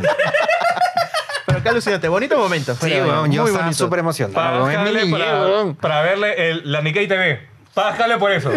Pero qué alucinante. Bonito momento.
Sí,
fuera de broma.
weón, yo
Muy
estaba
bonito.
súper emocionado. weón.
Pájale
Emily, eh,
para,
weón.
para verle el- la Nikkei TV. Pájale por eso.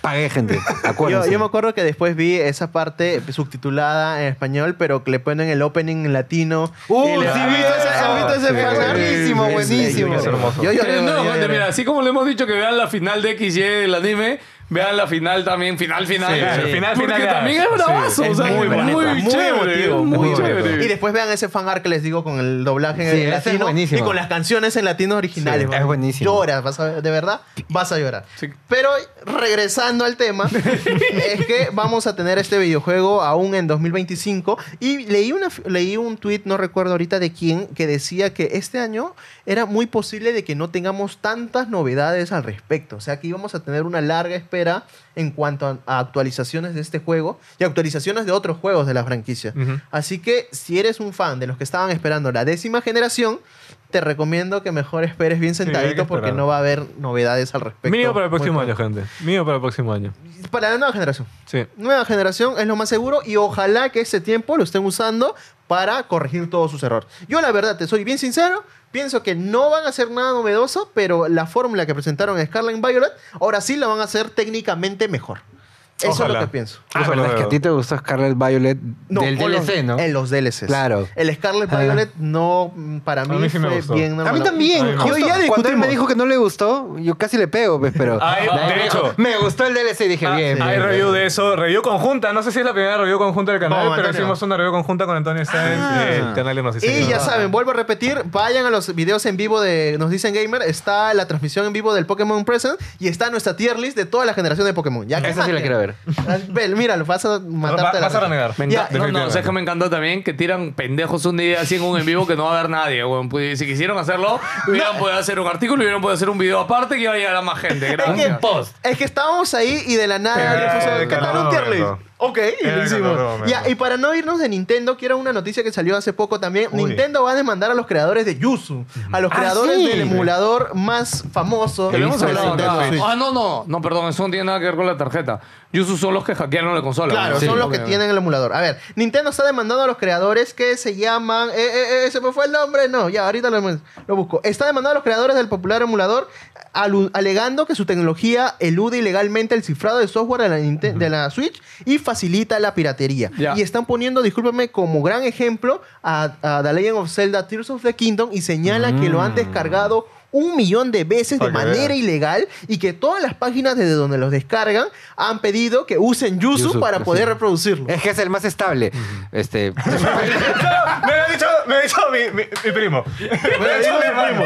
Pagué, gente.
Yo,
Acuérdense.
yo me acuerdo que después vi esa parte subtitulada en español, pero que le ponen el opening en latino.
Uh,
Y le-
sí,
¿Has
vi
visto ese-
eso.
¿Has visto ese
Sí,
fan?
sí,
Buenísimo,
sí,
buenísimo.
es hermoso.
Yo lloré,
Eh, no,
yo
gente,
lloré.
mira, así como le hemos dicho que vean la final de XY del anime, vean la final también, final, final.
Sí,
Claro,
sí. Final,
Porque
final,
también es
sí.
bravazo,
Es
o sea,
muy
muy,
bonito, muy
chévere,
emotivo,
muy,
muy bonito.
chévere.
Y después vean ese fan art que les digo con el doblaje
Sí,
en
ese es
latino
buenísimo.
y con las canciones en latino originales.
Sí,
man.
es buenísimo.
Lloras, vas a ver, de verdad, vas a llorar.
Sí.
Pero regresando al tema, es que vamos a tener este videojuego aún en 2025 y leí una leí un tweet, no recuerdo ahorita de quién, que decía que este año era muy posible de que no tengamos tantas novedades al respecto, o sea, que íbamos a tener una larga espera en cuanto a, a actualizaciones de este juego y actualizaciones de otros juegos de la franquicia.
Ujú.
Así que si eres un fan de los que estaban esperando la décima generación, te recomiendo que mejor esperes bien
hay que
sentadito porque
esperar.
no va a haber novedades al respecto.
Mío para el próximo
Muy
año, gente. Mío para el próximo año.
pronto. Para la nueva generación.
Sí.
Nueva generación es lo más seguro y ojalá que ese tiempo lo estén usando para corregir todos sus errores. Yo la verdad, te soy bien sincero, pienso que no van a hacer nada novedoso, pero la fórmula que presentaron en Scarlet Violet, ahora sí la van a hacer técnicamente mejor. Eso es
Ojalá.
lo que pienso.
Ah,
Cruza
verdad
los
es que a ti
dedos.
te gustó Scarlet Violet
No,
del
con los-
DLC, ¿no?
En los DLCs.
Claro.
El Scarlet
Ah.
Violet no, mm, para mí,
mí sí me
fue
gustó.
bien
a mí
bueno,
a mí
también.
me
Yo
gustó.
ya cuando él
Discutimos.
me dijo que no le gustó, yo casi le pego, pues, pero.
Ay,
Ahí
de
me dijo,
hecho.
me gustó el DLC, dije,
Ah,
bien.
hay
bien,
review
bien.
de eso, review conjunta. No sé si es la primera review conjunta del canal,
Con
pero
Antonio.
hicimos una review conjunta con Antonio Sáenz el canal de Ah. Nos Dicen
Y ya
Gamer.
saben, vuelvo a repetir, vayan a los videos en vivo de Nos Dicen Gamer, está la transmisión en vivo del Pokémon Present y está nuestra tier list de toda la generación de Pokémon. Ya que
Esa sí la
maten.
quiero ver.
Vel, míralo, vas a
Va-
matarte la
Vas
risa.
a renegar.
Me
Ya,
encanta- no, no, o sea, es que me encanta también que tiran pendejos un día así en un en vivo que no va a haber nadie, weón. Pues, si quisieron hacerlo, hubieran podido hacer un artículo, hubieran podido hacer un video aparte que iba a llegar a más gente.
Es que,
Gracias.
es que estábamos ahí y de la nada
Pero
alguien
era
puso,
de
¿qué tal un
Canadá,
tier list?
momento.
Ok, y
Era
lo
de Canadá,
hicimos.
momento.
Ya, y para no irnos de Nintendo, quiero una noticia que salió hace poco también.
Uy.
Nintendo va a demandar a los creadores de Yuzu, a los
Ah,
creadores
sí.
del emulador más famoso.
Que lo hemos
de la
hablado
Nintendo
acá.
Switch.
Ah, no, no. No, perdón, eso no tiene nada que ver con la tarjeta. Yusu son los que hackearon la consola.
Claro,
weón. Sí,
son los
ok,
que
ok.
tienen el emulador. A ver, Nintendo está demandando a los creadores que se llaman. eh, eh, eh, ¿Se me fue el nombre? No, ya, ahorita lo, lo busco. Está demandando a los creadores del popular emulador alu- alegando que su tecnología elude ilegalmente el cifrado de software de la, Ninte- de la Switch y facilita la piratería.
Ya.
Y están poniendo, discúlpame, como gran ejemplo a, a The Legend of Zelda Tears of the Kingdom y señalan que lo
Mm.
han descargado un millón de veces de
Para que
manera
veas.
ilegal y que todas las páginas desde donde los descargan han pedido que usen Yuzu
Yuzu,
para
sí.
poder reproducirlo.
Es que es el más estable. Este.
No, me lo ha dicho, me lo ha dicho mi, mi- mi primo. Me lo ha dicho mi hermano.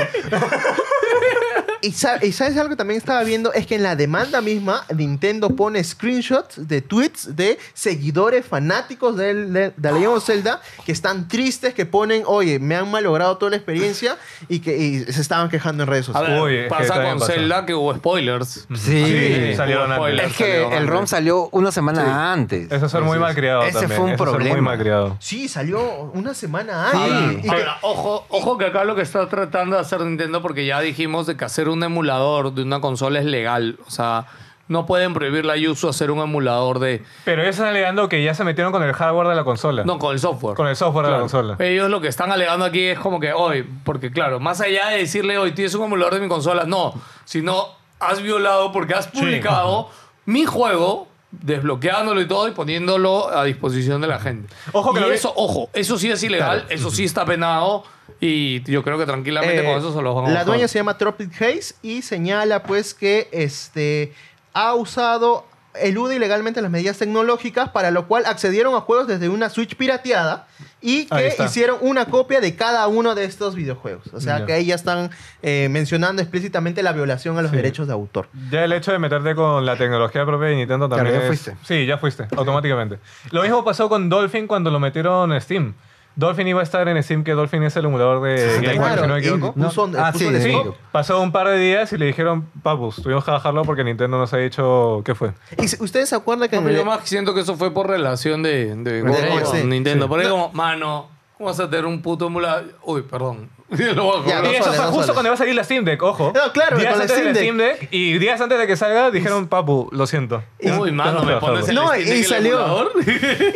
Y, sa- y sabes algo que también estaba viendo es que en la demanda misma Nintendo pone screenshots de tweets de seguidores fanáticos del- de, de Legend of Zelda que están tristes, que ponen, oye, me han malogrado toda la experiencia y que y se estaban quejando en redes
A
sociales.
ver,
Uy, es que
pasa
también
con
pasa.
Zelda que hubo spoilers.
Sí.
Sí, salieron
Hubo
antes.
spoilers,
Es que
salieron
el ROM
antes.
salió una semana antes.
Eso es ser muy
Entonces,
malcriado
Ese
también.
fue un
Eso es ser
problema.
muy malcriado.
Sí, salió una semana
Sí.
antes. Ah, Y que-
Ahora, ojo, ojo que acá lo que está tratando de hacer Nintendo, porque ya dijimos de que hacer un emulador de una consola es legal. O sea, no pueden prohibirle a Yusu hacer un emulador de.
Pero ellos están alegando que ya se metieron con el hardware de la consola.
No, con el software.
Con el software de la consola.
Ellos lo que están alegando aquí es como que hoy, porque claro, más allá de decirle hoy tienes un emulador de mi consola, no, sino has violado porque has publicado mi juego desbloqueándolo y todo y poniéndolo a disposición de la gente.
Ojo que
Y
lo vi-
eso, ojo, eso sí es ilegal, eso sí está penado y yo creo que tranquilamente
Eh,
con eso se los van a
La
bajar.
dueña se llama Tropic Haze y señala pues que este ha usado elude ilegalmente las medidas tecnológicas para lo cual accedieron a juegos desde una Switch pirateada y
Ahí
que
está.
hicieron una copia de cada uno de estos videojuegos. O sea
Ya.
que ahí ya están eh, mencionando explícitamente la violación a los derechos de autor.
Ya el hecho de meterte con la tecnología propia de Nintendo
Claro,
también.
ya
es-
fuiste.
Sí, ya fuiste, automáticamente. Lo mismo pasó con Dolphin cuando lo metieron en Steam. Dolphin iba a estar en Steam, que Dolphin es el emulador de Game Boy, si no me
y
equivoco.
puso-
No. Ah,
puso
sí,
el
sí.
stop.
Pasó un par de días y le dijeron, papus, tuvimos que bajarlo porque Nintendo nos ha dicho qué fue.
Y se- ustedes se acuerdan que
No,
en
pero
el-
yo más siento que eso fue por relación de, de
Con
Google
ellos,
con
sí.
Nintendo. Por ahí como, mano, ¿cómo vas a tener un puto emulador? Uy, perdón. Lo bajo.
Ya,
Y
no soles,
eso fue
no
justo
soles.
cuando iba a salir la Steam Deck, ojo.
No, claro,
días
con la
antes de
Steam Deck.
y días antes de que salga dijeron, papu, lo siento.
Uy, mano,
Tenemos que
me
bajarlo.
pones el
No,
Steam
y
Deck en el
salió.
emulador.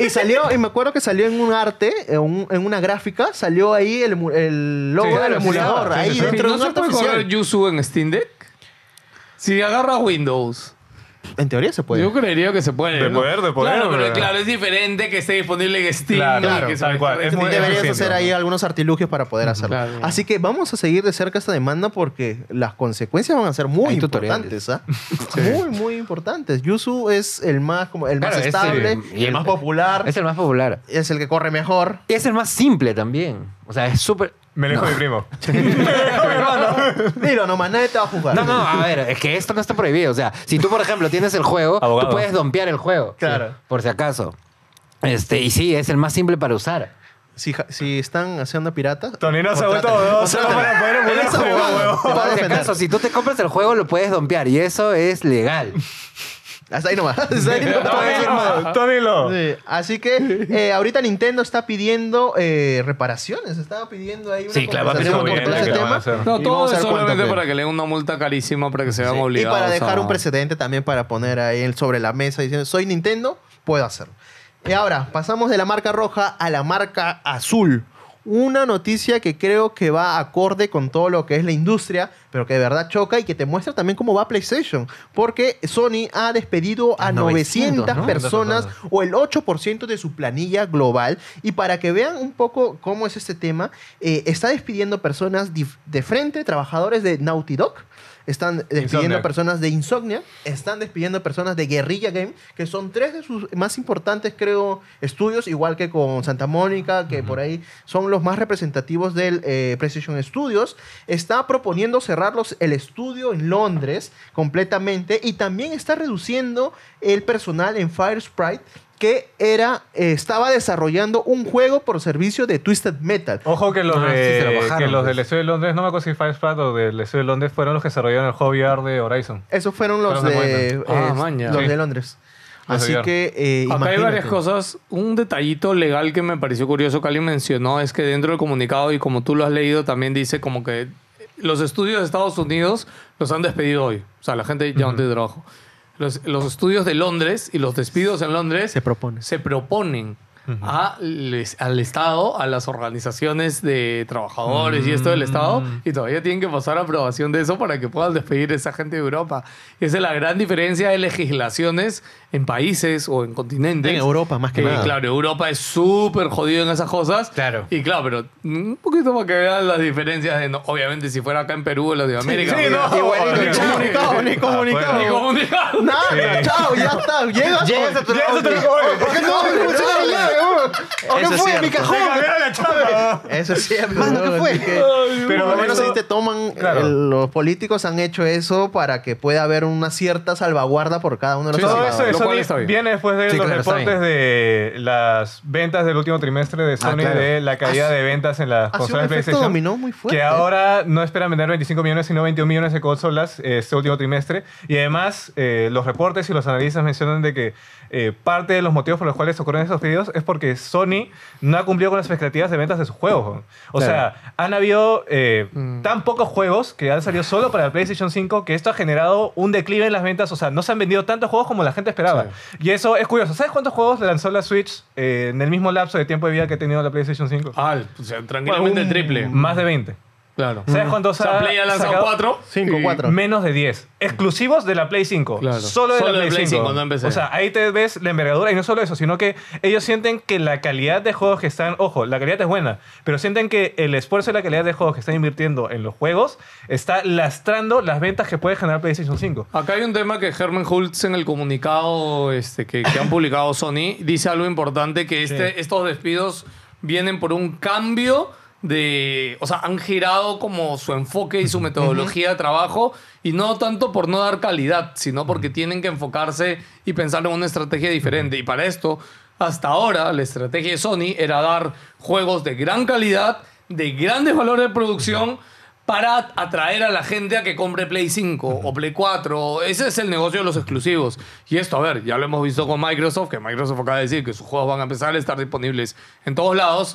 Y salió, y me acuerdo que salió en un arte, en, un- en una gráfica, salió ahí el, emu- el logo
Sí,
del
claro, sí,
emulador,
claro, sí,
ahí
sí, sí.
dentro de
¿No
un
se
arte
puede correr
oficial.
Yuzu en Steam Deck? Si agarra Windows.
En teoría se puede.
Yo creería que se puede.
De
¿no?
poder, de poder,
Claro, pero
pero-
claro, es diferente que esté disponible en Steam.
Claro,
y
claro,
que se
tal cual.
descargue.
Es muy-
Deberías
eficiente,
hacer
¿no?
ahí algunos artilugios para poder hacerlo.
Claro.
Así que vamos a seguir de cerca esta demanda porque las consecuencias van a ser muy
Hay
importantes.
tutoriales.
¿ah? Muy, muy importantes. Yuzu es el más, como, el más
Claro, es el-
estable
y el-
popular.
Es el más popular.
es el que corre mejor.
Y es el más simple también. O sea, es súper.
Me alejo
No.
de mi primo.
Dilo nomás, nadie te va a jugar.
No, no, a ver, es que esto no está prohibido. O sea, si tú, por ejemplo, tienes el juego,
Abogado.
tú puedes dompear el juego.
Claro.
Por si acaso. Este, y sí, es el más simple para usar.
Si, ja- si están haciendo piratas.
Tony no se ha vuelto
contrátalo,
abogado solo
contrátalo.
para poder emular
Él es
el juego,
abogado,
huevón.
te va a
Por si
defender.
acaso, si tú te compras el juego, lo puedes dompear. Y eso es legal.
Hasta ahí nomás. Hasta ahí nomás.
Tony lo. Tony lo.
Sí, Así que eh, ahorita Nintendo está pidiendo eh, reparaciones. Estaba pidiendo ahí una
Sí, claro, va a pedir
compensación
un
por todo
gobierno
ese
que lo van a
tema.
hacer.
No,
Y
todo
vamos a
es
ver cuánto
solamente
pide.
para que le den una multa carísima para que se vean
Y
obligados.
para dejar
a-
un precedente también para poner ahí el- sobre la mesa diciendo, soy Nintendo, puedo hacerlo. Y ahora, pasamos de la marca roja a la marca azul. una noticia que creo que va acorde con todo lo que es la industria, pero que de verdad choca y que te muestra también cómo va PlayStation, porque Sony ha despedido a 900,
900, ¿no?
personas o el 8% de su planilla global. Y para que vean un poco cómo es este tema, eh, está despidiendo personas dif- de frente, trabajadores de Naughty Dog. Están despidiendo
Insomniac.
personas de Insomnia, están despidiendo personas de Guerrilla Game, que son tres de sus más importantes, creo, estudios, igual que con Santa Mónica, que por ahí son los más representativos del eh, Precision Studios. Está proponiendo cerrarlos el estudio en Londres completamente y también está reduciendo el personal en Fire Sprite que era, eh, estaba desarrollando un juego por servicio de Twisted Metal.
Ojo que los,
Ah, sí,
de-
se lo bajaron,
que los
pues.
del estudio de Londres, no me acuerdo si Five Spot o del estudio de Londres, fueron los que desarrollaron el hobby art de Horizon.
Esos fueron los
Fueron de
de,
Wayman.
Ah,
eh,
maña.
los
Sí.
de Londres.
Los de
Así
Yar.
que eh,
Acá hay
imagínate.
varias cosas. Un detallito legal que me pareció curioso que alguien mencionó es que dentro del comunicado, y como tú lo has leído, también dice como que los estudios de Estados Unidos los han despedido hoy. O sea, la gente ya no tiene trabajo. Los, los estudios de Londres y los despidos en Londres
Se propone.
se proponen a les- al Estado, a las organizaciones de trabajadores y esto del Estado,
Mm.
y todavía tienen que pasar aprobación de eso para que puedan despedir a esa gente de Europa. Esa es la gran diferencia de legislaciones en países o en continentes.
En Europa, más que
Eh,
nada.
Claro, Europa es súper jodido en esas cosas.
Claro.
Y claro, pero un poquito para que vean las diferencias. de no- obviamente, si fuera acá en Perú o en Latinoamérica.
Sí, no. Ah,
Igualito,
Oye,
chao.
Comunicado, ni comunicado.
ni comunicado.
Nada, chao, ya está. Llegas.
Llegas a tu
Ya, eso te lo
trabajo.
digo, oye,
¿Por qué no abre? No se abre la llave, huevón? ¿O qué
Eso es
fue? ¿Mi
cierto.
cajón?
¡Me cambiaron la chamba!
Eso es cierto. Mano, ¿qué fue?
Pero
Pero por lo menos
eso-
ahí te toman,
Claro.
el- los políticos han hecho eso para que pueda haber una cierta salvaguarda por cada uno de los
Sí,
Todo
trabajadores.
eso de
Lo cual
Sony
está bien.
viene después de
Sí,
los
claro, está
reportes
bien.
de las ventas del último trimestre de Sony,
claro.
de la caída
Ha
de ventas en las
ha sido un
consolas de
efecto
PlayStation.
dominó muy fuerte.
Que ahora no esperan vender 25 millones, sino 21 millones de consolas eh, este último trimestre. Y además, eh, los reportes y los analistas mencionan de que eh, parte de los motivos por los cuales ocurren esos pedidos es porque Sony no ha cumplido con las expectativas de ventas de sus juegos. O
Claro.
sea, han habido eh, tan pocos juegos que han salido solo para el PlayStation 5 que esto ha generado un declive en las ventas. O sea, no se han vendido tantos juegos como la gente esperaba. Y eso es curioso. ¿Sabes cuántos juegos lanzó la Switch eh, en el mismo lapso de tiempo de vida que ha tenido la PlayStation 5?
Ah, o sea, tranquilamente el triple.
Más de 20.
Claro.
¿Sabes cuántos
O sea,
ha
Play ha lanzado
sacado?
4.
Cinco, cuatro.
Menos de 10. Exclusivos de la Play 5.
Claro.
Solo de la Play, 5.
no en PC.
o sea, ahí te ves la envergadura y no solo eso, sino que ellos sienten que la calidad de juegos que están, ojo, la calidad es buena, pero sienten que el esfuerzo y la calidad de juegos que están invirtiendo en los juegos está lastrando las ventas que puede generar PlayStation 5.
Acá hay un tema que Herman Hultz en el comunicado este, que, que han publicado Sony dice algo importante que este, estos despidos vienen por un cambio de, o sea, han girado como su enfoque y su metodología de trabajo y no tanto por no dar calidad, sino porque tienen que enfocarse y pensar en una estrategia diferente. Y para esto, hasta ahora, la estrategia de Sony era dar juegos de gran calidad, de grandes valores de producción para atraer a la gente a que compre Play 5 o Play 4. Ese es el negocio de los exclusivos. Y esto, a ver, ya lo hemos visto con Microsoft, que Microsoft acaba de decir que sus juegos van a empezar a estar disponibles en todos lados.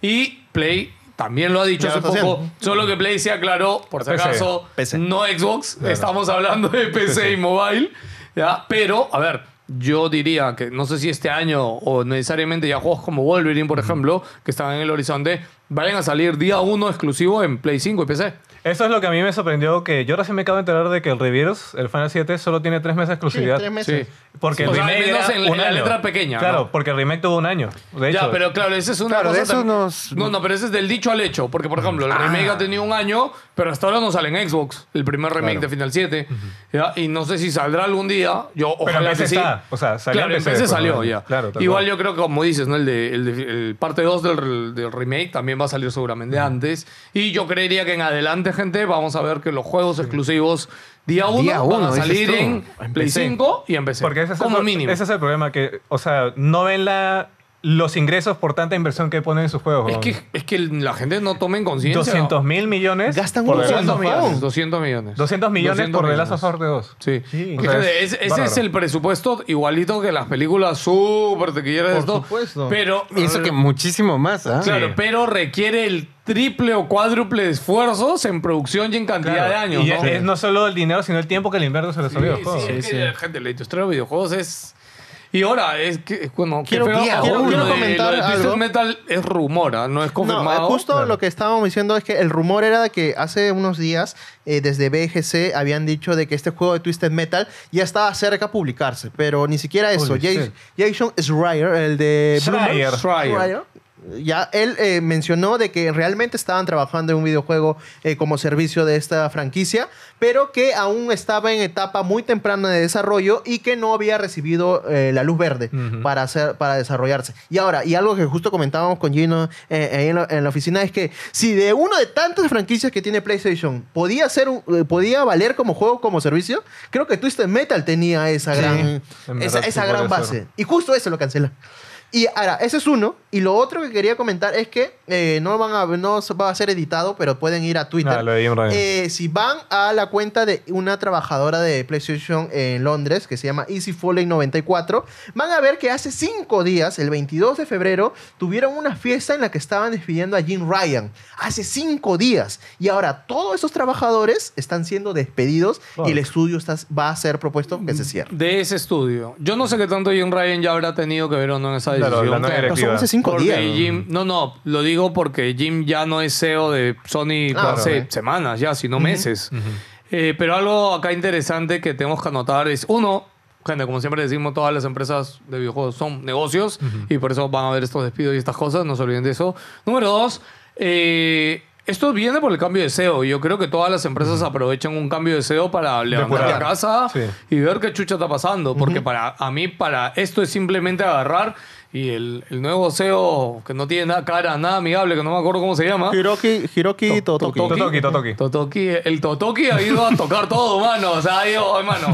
Y Play también lo ha dicho
Ya
hace
lo está
poco,
haciendo.
solo que Play se aclaró, por si
PC.
acaso,
PC.
no Xbox, estamos hablando de PC y mobile. ¿ya? Pero, a ver, yo diría que no sé si este año o necesariamente ya juegos como Wolverine, por ejemplo, que están en el horizonte, vayan a salir día uno exclusivo en Play 5 y PC.
Eso es lo que a mí me sorprendió, que yo recién me acabo de enterar de que el Revirus, el Final 7, solo tiene 3 meses
Sí,
de exclusividad.
tres
Sí.
meses.
Porque el
O sea, al
remake
menos
era
en-
un
en la
año.
letra pequeña,
Claro,
¿no?
porque el remake tuvo un año. De hecho,
ya, pero claro, ese es una
Claro,
cosa
de eso
también-
nos-
No, no, pero ese es del dicho al hecho. Porque, por ejemplo, el
Ah.
remake ha tenido un año, pero hasta ahora no sale en Xbox, el primer remake de Final 7. ¿ya? Y no sé si saldrá algún día. Yo,
Pero en
ojalá que
PC
sí.
está. O sea, salió
claro,
en
en
PC
PC
después,
salió
¿no?
ya.
Claro, tal
Igual
cual.
yo creo que, como dices, ¿no? el, de, el de- el parte 2 del, del remake también va a salir seguramente antes. Y yo creería que en adelante, gente, vamos a ver que los juegos exclusivos día 1
Día
van a
uno, dices
salir
tú.
en,
En
Play
PC.
5 y en PC.
Porque ese es,
como
el, pro-
mínimo.
ese es el problema, que, o sea, no ven la, los ingresos por tanta inversión que ponen en sus juegos.
Es que, es que la gente no tome en conciencia.
200 mil millones.
Gastan
por
un
The Last
montón.
of Us.
200 millones.
200 millones por The Last of Us 2.
Sí.
Sí.
O sea,
O sea,
es-
es
ese
bárbaro.
es el presupuesto igualito que las películas súper tequilleras de
Por
esto.
supuesto.
Pero,
Y eso que muchísimo más, ¿ah?
claro,
Sí.
pero requiere el triple o cuádruple de esfuerzos en producción y en cantidad
Claro.
de años.
Y
¿no?
es no solo el dinero, sino el tiempo que le inviertes en los
Sí,
videojuegos.
sí, es que, gente, la industria de los videojuegos es. Y ahora, es que, bueno, qué
Quiero-
feo.
quiero- quiero
Lo de- lo de
comentar
Twisted
algo.
Metal es rumor, ¿ah? no
No,
es
eh,
confirmado.
justo
Claro.
lo que estábamos diciendo es que el rumor era de que hace unos días eh, desde BGC habían dicho de que este juego de Twisted Metal ya estaba cerca a publicarse, pero ni siquiera eso.
Holy
Jason, Jason Schreier, el de Bloomberg,
Schreier.
Schreier.
Schreier, ya él eh, mencionó de que realmente estaban trabajando en un videojuego eh, como servicio de esta franquicia, pero que aún estaba en etapa muy temprana de desarrollo y que no había recibido eh, la luz verde
Ujú.
para, hacer, para desarrollarse. Y ahora, y algo que justo comentábamos con Gino eh, ahí en, la, en la oficina, es que si de uno de tantas franquicias que tiene PlayStation podía, ser un- eh, podía valer como juego, como servicio, creo que Twisted Metal tenía esa
Sí,
gran,
en
esa,
verdad
esa
sí
gran
puede
base.
ser.
Y justo eso lo cancela. Y ahora, ese es uno. Y lo otro que quería comentar es que eh, no, van a, no se va a ser editado, pero pueden ir a Twitter.
Ah, lo de Jim Ryan.
Eh, si van a la cuenta de una trabajadora de PlayStation en Londres, que se llama Easy Falling 94, van a ver que hace cinco días, el 22 de febrero, tuvieron una fiesta en la que estaban despidiendo a Jim Ryan. Hace cinco días. Y ahora todos esos trabajadores están siendo despedidos y el estudio está- va a ser propuesto que se cierre.
De ese estudio. Yo no sé qué tanto Jim Ryan ya habrá tenido que ver o no en esa
Claro,
decisión.
la nueva
pero-
Pero son hace cinco
Porque
días.
Jim, no, no, lo digo porque Jim ya no es CEO de Sony
Ah,
hace
ok.
semanas ya, sino meses. Eh, pero algo acá interesante que tenemos que anotar es, uno, gente, como siempre decimos, todas las empresas de videojuegos son negocios y por eso van a haber estos despidos y estas cosas, no se olviden de eso. Número dos, eh, esto viene por el cambio de CEO. Yo creo que todas las empresas aprovechan un cambio de CEO para levantar la
Depurar.
casa
Sí.
y ver qué chucha está pasando. Porque para a mí, para esto es simplemente agarrar y el, el nuevo CEO que no tiene nada cara, nada amigable, que no me acuerdo cómo se llama.
Hiroki, Hiroki
To-
Totoki.
Totoki.
Totoki, Totoki.
Totoki, el Totoki ha ido a tocar todo, mano. O sea, ha ido, hermano.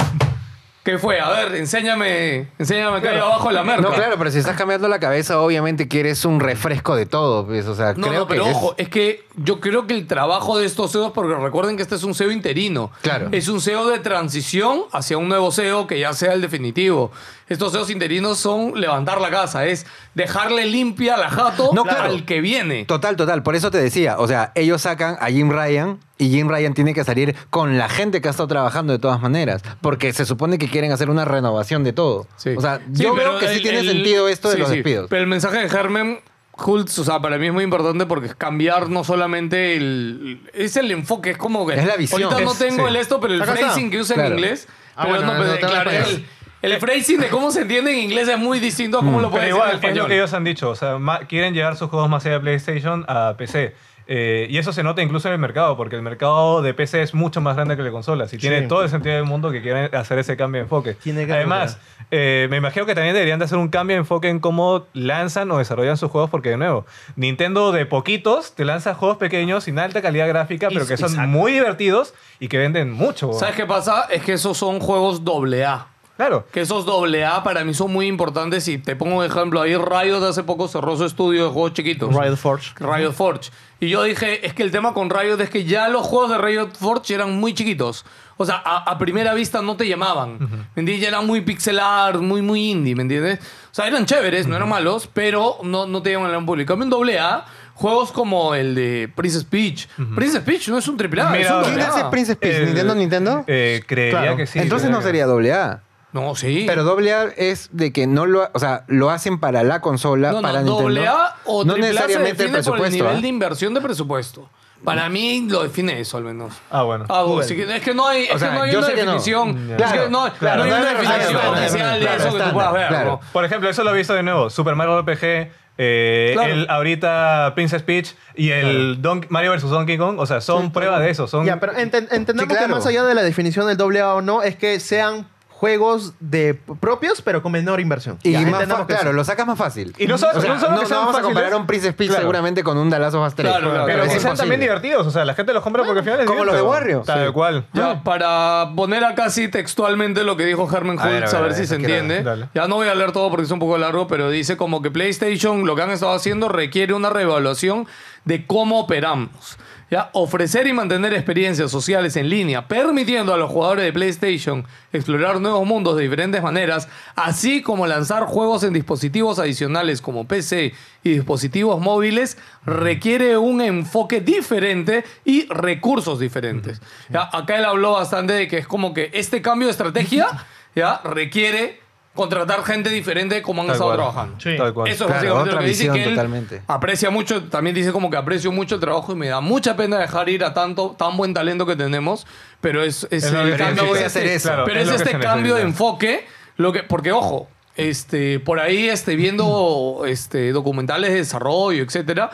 ¿Qué fue? A ver, enséñame, enséñame que hay abajo en la merca.
No, claro, pero si estás cambiando la cabeza, obviamente quieres un refresco de todo. Pues, o sea,
No,
creo
no, pero
que es-
ojo, es... que yo creo que el trabajo de estos CEOs, porque recuerden que este es un CEO interino.
Claro.
Es un CEO de transición hacia un nuevo CEO que ya sea el definitivo. Estos CEOs interinos son levantar la casa, es dejarle limpia la jato
No, claro.
al que viene.
Total, total. Por eso te decía, o sea, ellos sacan a Jim Ryan y Jim Ryan tiene que salir con la gente que ha estado trabajando de todas maneras, porque se supone que quieren hacer una renovación de todo.
Sí.
O sea,
Sí,
yo
pero
veo que sí
el-
tiene
el-
sentido esto de
sí,
los
sí.
despidos.
Pero el mensaje de Herman Hultz, o sea, para mí es muy importante porque es cambiar no solamente el. Es el enfoque, es como que.
Es la visión.
Ahorita no
Es-
tengo
sí.
el esto, pero el
Acá está.
phrasing que usa en
Claro.
inglés.
Ah,
pero
bueno,
no, pero
no, no,
claro,
no, no.
el, el phrasing de cómo se entiende en inglés es muy distinto a
Mm.
cómo lo puede decir
Pero igual,
en
es lo
español.
que ellos han dicho. O sea, ma- quieren llevar sus juegos más allá de PlayStation a PC. Eh, y eso se nota incluso en el mercado, porque el mercado de PC es mucho más grande que el de consolas. Y tiene todo el sentido del mundo que quieran hacer ese cambio de enfoque.
Tiene que
Además, eh, me imagino que también deberían de hacer un cambio de enfoque en cómo lanzan o desarrollan sus juegos, porque de nuevo, Nintendo de poquitos te lanza juegos pequeños sin alta calidad gráfica, pero que son
Exacto.
muy divertidos y que venden mucho.
¿Sabes qué pasa? Es que esos son juegos doble A.
Claro.
Que esos doble A para mí son muy importantes. Y te pongo un ejemplo ahí. Riot hace poco cerró su estudio de juegos chiquitos.
Riot Forge.
Riot Forge. Y yo dije, es que el tema con Riot es que ya los juegos de Riot Forge eran muy chiquitos. O sea, a, a primera vista no te llamaban. ¿Me entiendes? Ya eran muy pixel art, muy, muy indie, ¿me entiendes? O sea, eran chéveres, no eran malos, pero no, no te llamaban al público. En un doble A, juegos como el de Princess Peach. Princess Peach no es un triple A, es
Mira,
un
¿quién
doble A.
hace
Princess Peach?
Eh,
¿Nintendo, Nintendo?
eh, creería
Claro.
que sí.
Entonces
creería
no
que-
sería doble A.
No, sí.
Pero doble A es de que no lo, ha- o sea, lo hacen para la consola,
No, no,
para Nintendo.
doble A o
no
triple A se
necesariamente
define
el
por el
presupuesto.
nivel de
¿ah?
inversión de presupuesto. Para mí lo define eso, al menos.
Ah, bueno.
Ah, bueno, sí que- es que no hay, es
sea,
que no hay
yo
una
sé que no.
definición. Es
Claro,
que no,
claro,
no hay
no hay
una
una
definición
definición,
oficial de
claro,
eso que tú
estándar,
puedas ver.
claro.
¿no?
Por ejemplo, eso lo he visto de nuevo. Super Mario RPG, eh,
Claro.
el ahorita Princess Peach y el Don- Mario vs. Donkey Kong. O sea, son prueba de eso. Son
Ya,
eh,
pero enten- entendamos
Sí, claro.
que más allá de la definición del doble A o no, es que sean juegos de propios, pero con menor inversión.
Y
Ya,
más
entendamos
fa-
que
claro,
sí.
lo sacas más fácil.
Y no solo-
O sea,
no solo que sean
vamos
fáciles.
a comparar un Princess Peach
Claro.
seguramente con un Dalazo of Us 3.
Claro, claro,
pero
es
que sean también divertidos. O sea, la gente los compra porque al final es
como los de Wario.
Tal
Sí.
cual.
Ya, para poner acá así textualmente lo que dijo Herman Hultz, a
A ver,
ver,
a ver, a ver,
si se
quiero ver.
entiende.
Dale.
Ya no voy a leer todo porque es un poco largo, pero dice como que PlayStation lo que han estado haciendo requiere una reevaluación de cómo operamos. ¿ya? Ofrecer y mantener experiencias sociales en línea, permitiendo a los jugadores de PlayStation explorar nuevos mundos de diferentes maneras, así como lanzar juegos en dispositivos adicionales como PC y dispositivos móviles, requiere un enfoque diferente y recursos diferentes. ¿ya? Acá él habló bastante de que es como que este cambio de estrategia ¿ya? requiere contratar gente diferente como han
Tal
estado
cual.
trabajando.
Sí.
Tal cual.
Eso es
Claro,
básicamente
otra
lo que dice
visión
que él
totalmente.
aprecia mucho, también dice como que aprecio mucho el trabajo y me da mucha pena dejar ir a tanto tan buen talento que tenemos, pero es, es
Es lo
el
que
cambio,
necesita.
es
Voy a hacer
este-
eso.
Claro,
pero
es
es,
lo que
este
se
cambio de
necesita.
enfoque, lo que porque ojo, este por ahí este viendo este documentales de desarrollo, etcétera,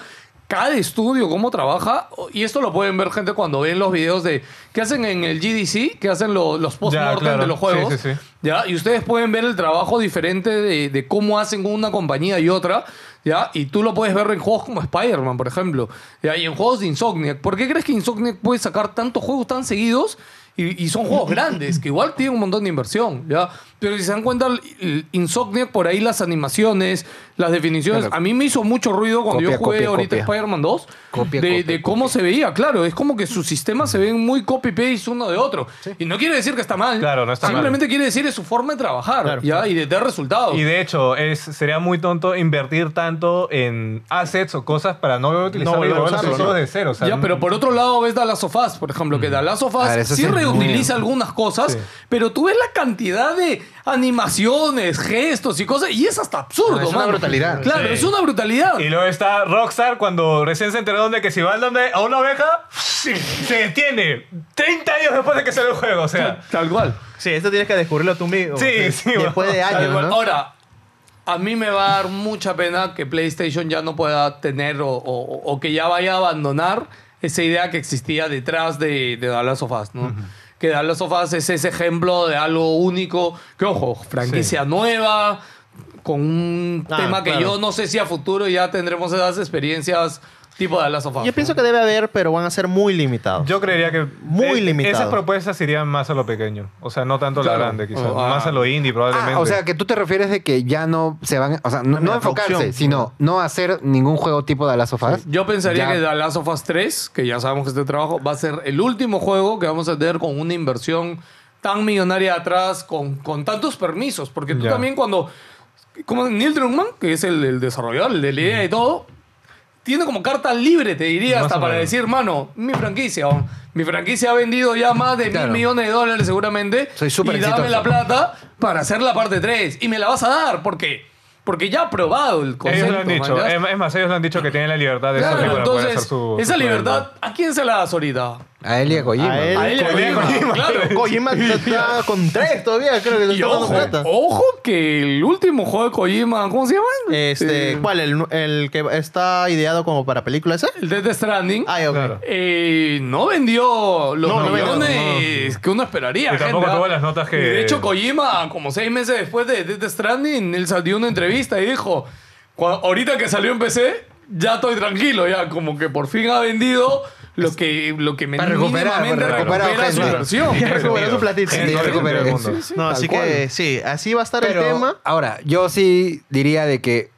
cada estudio cómo trabaja y esto lo pueden ver gente cuando ven los videos de qué hacen en el GDC, qué hacen lo- los post-mortem
claro.
de los juegos.
Sí, sí, sí.
¿ya? Y ustedes pueden ver el trabajo diferente de, de cómo hacen una compañía y otra, ¿ya? Y tú lo puedes ver en juegos como Spider-Man, por ejemplo, ¿ya? Y en juegos de Insomniac. ¿Por qué crees que Insomniac puede sacar tantos juegos tan seguidos? Y, y son juegos grandes, que igual tienen un montón de inversión, ¿ya? Pero si se dan cuenta, el- el Insomniac, por ahí las animaciones, las definiciones...
Claro.
A mí me hizo mucho ruido cuando
Copia,
yo jugué
copia,
ahorita
copia.
Spider-Man 2,
Copia,
de,
copia,
de cómo se veía, claro. Es como que sus sistemas se ven muy copy-paste uno de otro. Y no quiere decir que está mal.
Claro, no está mal.
Simplemente quiere decir es su forma de trabajar ¿ya? y de dar resultados.
Y de hecho, es, sería muy tonto invertir tanto en assets o cosas para no utilizar
volver a usarlo, ¿no?
de cero. o sea,
ya, pero por otro lado ves The Last of Us, por ejemplo, que The Last of Us
Ah, eso
sí
sí es
reutiliza algunas cosas,
Sí.
pero tú ves la cantidad de animaciones, gestos y cosas, y es hasta absurdo,
Ah, es una
mano.
brutalidad.
Claro,
Sí.
es una brutalidad.
Y luego está Rockstar cuando recién se enteraron de que si van donde a una oveja, se se detiene 30 años después de que sale el juego. O sea,
Tal cual.
Sí, esto tienes que descubrirlo tú mismo.
Sí, sí,
Después de
bueno.
años,
Bueno,
¿no?
Ahora, a mí me va a dar mucha pena que PlayStation ya no pueda tener o, o- o que ya vaya a abandonar esa idea que existía detrás de, de The Last of Us, ¿no? Que The Last of Us es ese ejemplo de algo único, que ojo, franquicia nueva, con un
Ah,
tema que
claro.
yo no sé si a futuro ya tendremos esas experiencias tipo The Last of Us.
Yo
¿no?
pienso que debe haber, pero van a ser muy limitados.
yo creería que.
Muy
eh,
limitado.
Esas propuestas irían más a lo pequeño. O sea, no tanto a
Claro.
la grande, quizás.
O a-
más a lo indie, probablemente.
Ah, o sea, que tú te refieres de que ya no se van, o sea, no, no
la
enfocarse,
producción.
sino no hacer ningún juego tipo de las sofás.
Yo pensaría
Ya.
que The Last of Us 3, que ya sabemos que este trabajo va a ser el último juego que vamos a tener con una inversión tan millonaria atrás, con, con tantos permisos. Porque tú
Ya.
también cuando... Como Neil Druckmann, que es el, el desarrollador, el de la idea y todo, tiene como carta libre, te diría,
Más
hasta
o
para
menos.
decir, mano, mi franquicia, oh, mi franquicia ha vendido ya más de
Claro.
mil millones de dólares seguramente.
Soy súper
Y dame
exitoso.
la plata para hacer la parte 3. Y me la vas a dar, porque Porque ya ha probado el concepto.
ellos lo han dicho.
¿mangas?
Es es más, ellos lo han dicho que tienen la libertad de
Claro,
hacerlo para poder
entonces,
hacer su.
esa
su
libertad, ¿a quién se la das ahorita?
A él y a Kojima.
A él,
A él,
Kojima.
a Kojima, claro.
Kojima está con tres todavía, creo que le
Y
está dando
ojo,
plata.
ojo que el último juego de Kojima, ¿cómo se llama?
Este,
Eh,
¿Cuál? El, el que está ideado como para película ese?
el Death Stranding.
Ah, ok.
Claro.
eh, no vendió los
No, no vendió,
millones que uno esperaría.
Y tampoco
gente,
tuvo
¿ah?
las notas que-
Y De hecho, Kojima, como seis meses después de Death Stranding, él salió una entrevista y dijo: "Cu- Ahorita que salió en PC, ya estoy tranquilo, ya como que por fin ha vendido lo que, lo que me
Para recuperar,
mínimamente
para recuperar
recupera su
gente.
inversión.
Ya recuperó su platita.
En todo el
recupera-
sentido del mundo.
sí, sí.
No,
Tal
así que
cual.
sí, así va a estar
Pero
el tema.
ahora, yo sí diría de que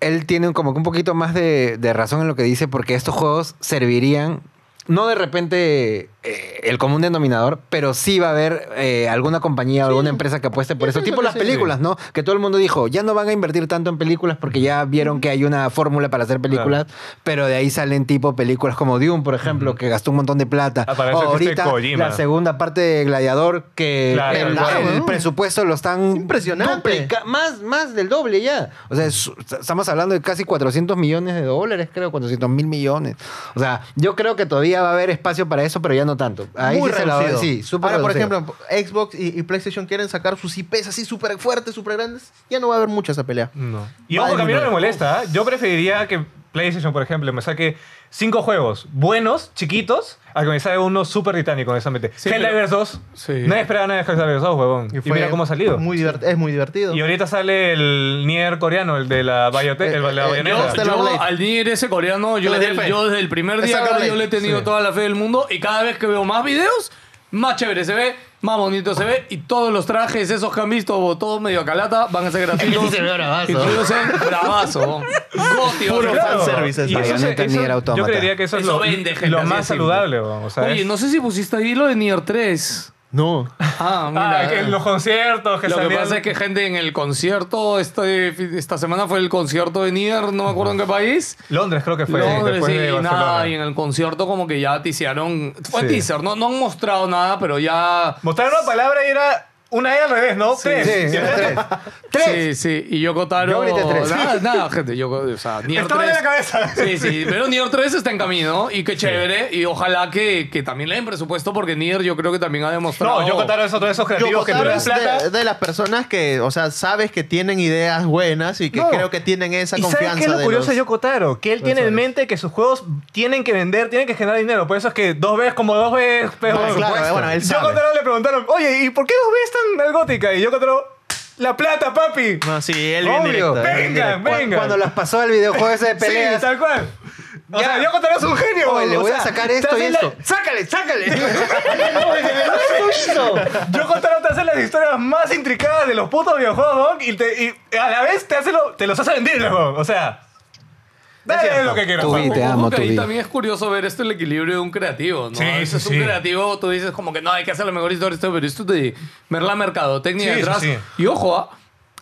él tiene como que un poquito más de, de razón en lo que dice, porque estos juegos servirían, no de repente eh, el común denominador, pero sí va a haber eh, alguna compañía o alguna empresa que apueste por eso. Tipo las películas, ¿no? Que todo el mundo dijo, ya no van a invertir tanto en películas porque ya vieron que hay una fórmula para hacer películas, pero de ahí salen tipo películas como Dune, por ejemplo, que gastó un montón de plata.
Ah, para
O
eso existe
ahorita
Kojima.
la segunda parte de Gladiador, que
Claro,
el,
claro,
el
¿no?
presupuesto lo están...
Impresionante.
duplica- Ca- Más, más del doble ya. O sea, es- estamos hablando de casi 400 millones de dólares, creo, 400 mil millones. O sea, yo creo que todavía va a haber espacio para eso, pero ya no tanto. Ahí
muy
sí se la doy,
reducido.
sí, súper
Ahora, por
reducido.
ejemplo, Xbox y, y PlayStation quieren sacar sus IPs así súper fuertes, súper grandes. Ya no va a haber mucha esa pelea.
No. Y
Va
ojo, que a mí no me
demorar.
molesta. ¿ah? Yo preferiría que PlayStation, por ejemplo, me saque cinco juegos buenos, chiquitos, a que me saque uno súper titánico, honestamente.
Sí,
Helldivers 2.
Sí.
Nadie esperaba nada de Helldivers 2, huevón. Y,
fue
mira cómo ha salido.
Muy divert- Es muy divertido.
Y ahorita sale el Nier coreano, el de la Biotech,
Eh,
el de la
eh,
bayoneta.
Monster-
Yo
Blade.
al Nier ese coreano, yo,
Le
desde,
di fe.
yo desde el primer día
Esa
acá,
Blade.
yo le he tenido
Sí.
toda la fe del mundo y cada vez que veo más videos, más chévere se ve, más bonito se ve y todos los trajes esos que han visto, todos medio calata, van a ser gratuitos.
se ve bravazo.
Y todos son bravazo. Goti,
Puro
o sea,
fan service
y
esa.
eso, se-
Bayoneta,
eso-
Nier, Automata.
yo creería que eso es
Eso
lo,
vende, gente,
lo
así
más
de simple.
saludable. huevón. O sea,
Oye,
es-
no sé si pusiste ahí lo de Nier 3.
No.
Ah, mira.
Ah, que en los conciertos que
Lo que
salían-
pasa es que, gente, en el concierto, este, fin- esta semana fue el concierto de Nier, no me acuerdo en qué país.
Londres creo que fue.
Londres,
después
sí,
de
y
Barcelona.
nada, y en el concierto como que ya tisearon. Fue
Sí.
teaser, ¿no? No han mostrado nada, pero ya.
Mostraron una palabra y era Una E al revés, ¿no? Tres.
Sí,
Ya.
somos tres.
Sí, sí. Y Yoko Taro.
Yo grité tres.
Nada, nada, gente. Yoko, o sea, Nier
Estaba
3.
en la cabeza.
Sí, sí. Pero Nier 3 está en camino. Y qué chévere. Y ojalá que, que también le den presupuesto porque Nier yo creo que también ha demostrado.
No, yo contaron es otro de esos creativos que no
Yokotaro
dan
es
plata.
de, de las personas que, o sea, sabes que tienen ideas buenas y que
No.
creo que tienen esa
¿Y
confianza.
sabes qué es lo
de
curioso
los-
de Yoko Taro? Que él tiene en mente que sus juegos tienen que vender, tienen que generar dinero. Por eso es que dos veces, como dos veces, pero
Ah, claro, bueno, él
Yoko
sabe.
Taro le preguntaron, oye, ¿y por qué dos veces tan al gótica? Y Yoko Taro, la plata, papi.
No, sí, él bien
Obvio.
directo. él bien
Venga,
directo.
Cu-
venga.
Cuando las pasó el videojuego ese de
Sí,
peleas.
tal cual. O
Ya.
sea, Yoko Taro es un genio.
Oye, le
o
voy a
sea,
sacar
te
esto y
hace la-
esto. ¡Sácale, sácale!
Yoko Taro te hace las historias más intricadas de los putos videojuegos, weón, y, te- y a la vez te, hace lo- te los hace vender, weón. O sea, dale lo que quieras.
Tu
weón.
vida. Te
Ojo
amo,
que ahí
Tobi.
también es curioso ver esto el equilibrio de un creativo, ¿no?
Sí,
A veces
sí,
es un
sí.
creativo, tú dices como que no, hay que hacer la mejor historia, esto, pero esto de ver la mercadotecnia
Sí, sí,
detrás.
sí.
Y ojo, ah,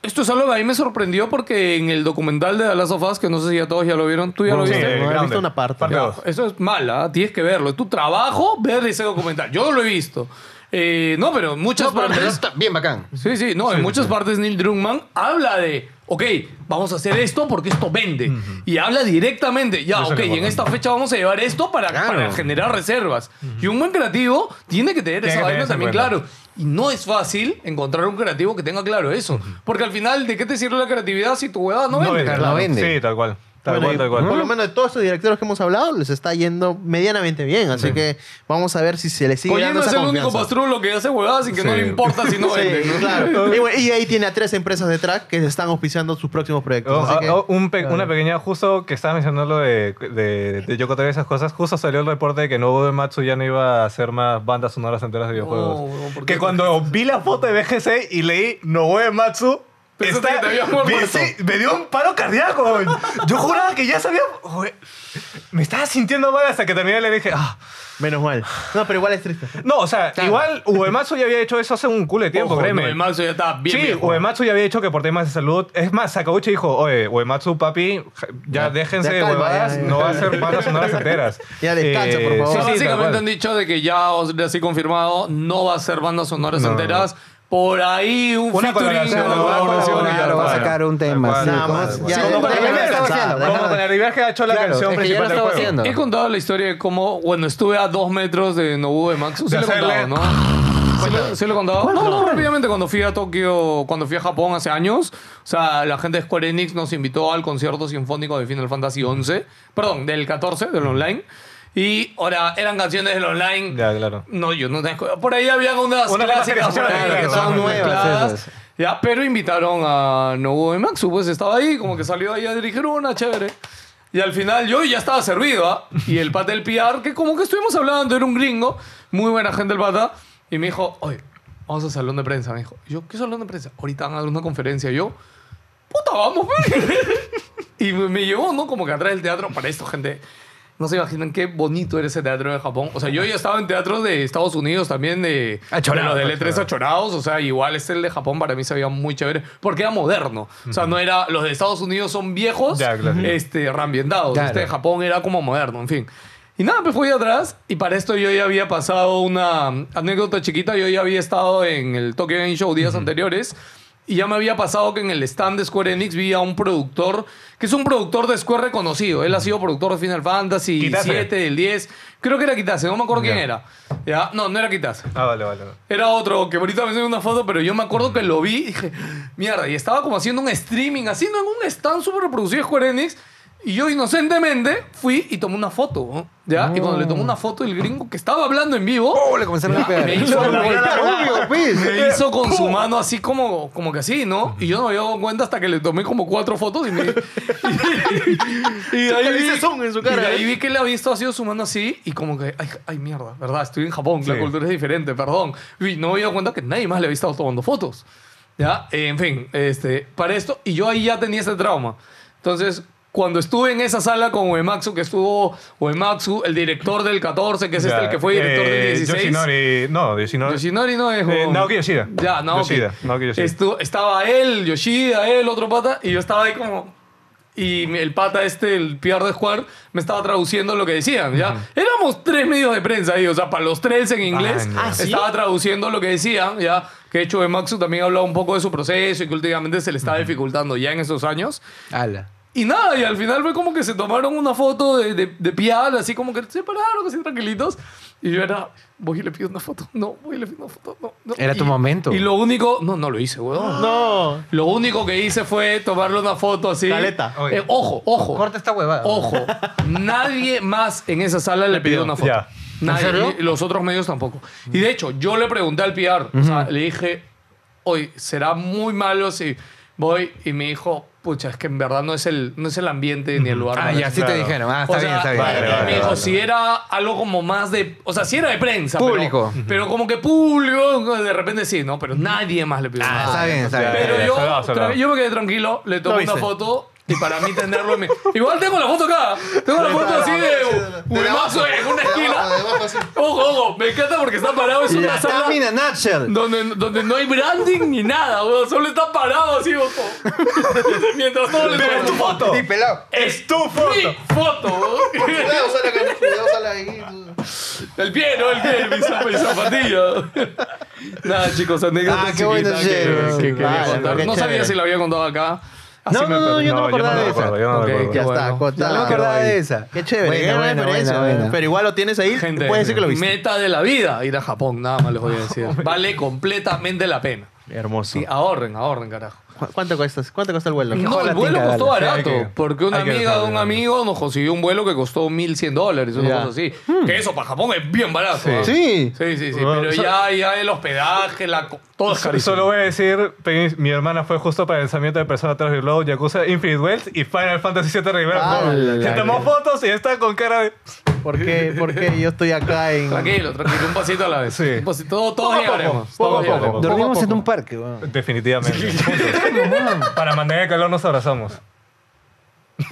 esto es algo que a mí me sorprendió porque en el documental de The Last of Us, que no sé si ya todos ya lo vieron, tú ya lo
Sí,
viste.
No, he
grande.
visto una parte.
Parte
Ya.
dos.
Eso es mala, ah, tienes que verlo. Es tu trabajo ver ese documental. Yo lo he visto. Eh, no, pero en muchas
No, pero
partes.
está bien bacán.
Sí, sí, no, en muchas partes Neil Druckmann habla de, ok, vamos a hacer esto porque esto vende. Y habla directamente, ya,
Eso
ok,
es
y en
importante.
esta fecha vamos a llevar esto para,
Claro.
para generar reservas. Y un buen creativo tiene que tener
Tiene
esa
que tener
vaina
eso en
también
cuenta.
claro. Y no es fácil encontrar un creativo que tenga claro eso. Porque al final, ¿de qué te sirve la creatividad si tu huevada no
No
vende?
vende,
no
claro.
vende.
Sí, tal cual. Tal
Bueno,
cual,
y
tal cual.
Por lo menos de todos estos directores que hemos hablado, les está yendo medianamente bien. Así que vamos a ver si se les sigue
Kojima
dando
es
esa
el único
confianza.
pastrulo que hace huevadas y que no
Sí.
le importa si no vende.
Sí, claro. Y bueno, y ahí tiene a tres empresas de track que están auspiciando sus próximos proyectos.
Oh,
así que-
oh, un pe- Una pequeña, justo que estabas mencionando lo de, de, de Yoko Taro y esas cosas, justo salió el reporte de que Nobuo Matsu ya no iba a hacer más bandas sonoras enteras de videojuegos.
no, ¿por qué?
que cuando vi la foto de BGC y leí Nobuo Matsu,
Pensaste que te habías
me,
muerto.
sí, me dio un paro cardíaco. weón. Yo juraba que ya sabía. weón. Me estaba sintiendo mal hasta que terminé y le dije, ah.
Menos mal. No, pero igual es triste.
No, o sea,
Claro.
igual Uematsu ya había hecho eso hace un culo de tiempo,
Ojo,
créeme.
no, el Maxo ya está bien.
sí,
viejo.
Uematsu ya había dicho que por temas de salud. Es más, Sakauchi dijo: Oye, Uematsu, papi, ja- ya, déjense
ya
de
calma,
huevadas,
ya, ya.
no va a ser bandas sonoras enteras.
Ya descansa, por favor.
O
sí,
sea,
sí, tal
básicamente
cual.
han dicho de que ya os así confirmado no va a ser bandas sonoras enteras. Por ahí un featuring,
Una colaboración,
una
una
colaboración,
colaboración,
ya,
Claro, va a
claro.
sacar un tema.
Tal
sí,
cual.
Nada
¿cómo
más,
es?
ya,
Sí,
ya,
Como
ya,
con
ya,
el
ya,
estaba
ya,
haciendo.
ya, ya,
Como
ya.
con el viaje ha hecho la
Claro,
canción
es que ya
principal
lo
del
estaba
juego.
haciendo.
He contado la historia de cómo, bueno, estuve a dos metros de Nobu de Max. Sí
De
lo he contado,
hacerle-
¿no? Sí lo, sí lo he contado. No, no, rápidamente cuando fui a Tokio, cuando fui a Japón hace años, o sea, la gente de Square Enix nos invitó al concierto sinfónico de Final Fantasy XI, perdón, del 14, del online. Y ahora eran canciones del online.
Ya, claro.
No, yo no tengo. Por ahí había unas
Una
clásicas
clásica,
por ahí
claro,
que son
claro,
nuevas.
claro, esas.
Ya, pero invitaron a Nobuo Ematsu, pues estaba ahí, como que salió ahí a dirigir una, chévere. Y al final yo ya estaba servido, ¿ah? Y el pata del PR, que como que estuvimos hablando, era un gringo, muy buena gente el pata, y me dijo, oye, vamos al salón de prensa, me dijo. Y yo, ¿qué salón de prensa? Ahorita van a dar una conferencia. Y yo, puta, vamos, pe". Y me, me llevó, ¿no? Como que atrás del teatro, para esto, gente. No se imaginan qué bonito era ese teatro de Japón. O sea, yo ya estaba en teatros de Estados Unidos también, de,
Achorado,
de los del E3
achorado.
achorados. O sea, igual este el de Japón para mí se veía muy chévere porque era moderno. O sea, no era. Los de Estados Unidos son viejos,
Ya, claro.
este, reambientados.
Claro.
Este de Japón era como moderno, en fin. Y nada, me fui atrás y para esto yo ya había pasado una anécdota chiquita. Yo ya había estado en el Tokyo Game Show días anteriores y ya me había pasado que en el stand de Square Enix vi a un productor que es un productor de Square reconocido. Él ha sido productor de Final Fantasy
Kitase.
7, del 10. Creo que era Kitase, no me acuerdo quién era. ¿Ya? No, no era Kitase.
Ah, vale, vale. vale.
Era otro, que ahorita me sale una foto, pero yo me acuerdo que lo vi y dije, mierda, y estaba como haciendo un streaming, haciendo en un stand súper reproducido de Square Enix, y yo inocentemente fui y tomé una foto, ¿no? ¿ya? Y cuando le tomé una foto, el gringo que estaba hablando en vivo,
¡Oh! Le comenzaron a pegar.
me hizo
Obvio,
una-
pues.
me hizo con su mano así como, como que así, ¿no? Y yo no me había dado cuenta hasta que le tomé como cuatro fotos y me... y, de
Te
ahí
le hice
vi-
zoom en su
y
cara,
de
¿eh?
ahí vi que le había estado haciendo su mano así y como que, ay, ay, mierda, ¿verdad? Estoy en Japón, la
Sí.
cultura es diferente, perdón. Y no me había dado cuenta que nadie más le había estado tomando fotos. Ya, Eh, en fin, este, para esto, y yo ahí ya tenía ese trauma. Entonces, cuando estuve en esa sala con Uematsu, que estuvo Uematsu, el director del 14, que es este el que fue director del
Eh,
16.
Yoshinori. No, Yoshinori.
Yoshinori no es.
Eh,
huevón.
Naoki Yoshida.
Ya, Naoki.
Yoshida, Naoki Yoshida.
Estu- estaba él, Yoshida, él, otro pata, y yo estaba ahí como. Y mi- el pata este, el PR de Square, me estaba traduciendo lo que decían, ¿ya? Éramos tres medios de prensa ahí, o sea, para los tres en inglés,
Ah, ya.
estaba traduciendo lo que decían, ¿ya? Que Que de hecho, Ematsu también ha hablado un poco de su proceso y que últimamente se le está dificultando ya en esos años.
Ala.
Y nada, y al final fue como que se tomaron una foto de, de, de pial, así como que se pararon así tranquilitos. Y yo era, voy y le pido una foto, no, voy y le pido una foto, no. no.
Era tu
Y-
momento.
Y lo único, no, no lo hice, weón.
No.
Lo único que hice fue tomarle una foto así.
Caleta.
Eh, ojo, ojo.
Corta esta huevada.
Ojo. Nadie más en esa sala le pidió una foto.
Ya.
Nadie.
¿En serio?
ni los otros medios tampoco. Y de hecho, yo le pregunté al PR, o sea, le dije, hoy será muy malo si voy y me dijo, pucha, es que en verdad no es el, no es el ambiente ni el lugar.
Ah,
para
ya
eso".
sí te
Claro.
dijeron. Ah, está
O sea,
bien, está bien.
vale,
y
vale,
me dijo, si era algo como más de. O sea, si era de prensa. pero-
Público.
Pero, como que público, de repente sí, ¿no? Pero nadie más le pidió
Ah,
nada.
está bien, está bien.
Pero
Ya, Eh, ya,
yo,
salgado, salgado.
tra- yo me quedé tranquilo, le tomé
Lo
una
hice.
foto y para mí tenerlo en mi... Igual tengo la foto acá. Tengo la foto así de huemazo eh, en una esquina. Ojo, ojo, me encanta porque está parado, es una
La
sala
Stamina Nutshell.
donde, donde no hay branding ni nada, weón. Solo está parado así, ojo. Mientras todo le
Pero es tu
toman-
foto.
Y pelado.
Es
tu foto.
Mi foto, weón. El pie, ¿no? El pie, mi zap- mi zapatilla. Nada, chicos, anécdota
Ah, qué buena
chiquita
chévere.
que, que quería
Vale,
contar.
qué
No sabía
chévere.
si la había contado acá. Así
No,
me
no, no,
acordé.
yo no me acordaba de
acuerdo,
esa.
Yo no
Ok,
me acuerdo.
qué
Ya
bueno.
está,
No me
contala.
acordaba de esa.
Qué chévere,
Buena,
qué buena
buena,
referencia,
buena,
weón.
buena.
Pero igual lo tienes ahí,
Gente,
puedes decir que lo viste.
meta de la vida, ir a Japón, nada más les voy a decir. Vale completamente la pena.
Hermoso.
Sí, ah, ahorren, ahorren, carajo.
¿Cu- ¿Cuánto cuesta, cuánto cuesta el vuelo?
No, el
la
vuelo
tinta,
costó
dale.
Sí, hay
barato,
que-
porque una
hay que
amiga de
dejarlo,
un
ya.
amigo nos consiguió un vuelo que costó 1.100 dólares, una
Ya.
cosa así. Que eso para Japón es bien barato.
Sí.
¿ah?
Sí.
Sí, sí, sí.
Bueno,
Pero
so-
ya, ya el hospedaje, la, co- todo es carísimo.
Solo voy a decir, pe- mi hermana fue justo para el lanzamiento de Persona 3 Reload, Yakuza Infinite Wealth y Final Fantasy VII Reverse.
Ah, la-
Se tomó fotos y está con cara de...
¿Por qué, por qué yo estoy acá en...
Tranquilo, tranquilo, un pasito a la vez.
Sí.
Un pasito, todo- todos
Poco a
llegaremos.
poco, poco
todos
a poco.
llegaremos.
Dormimos en un parque, weón.
Definitivamente. Juntos. para mantener el calor nos abrazamos.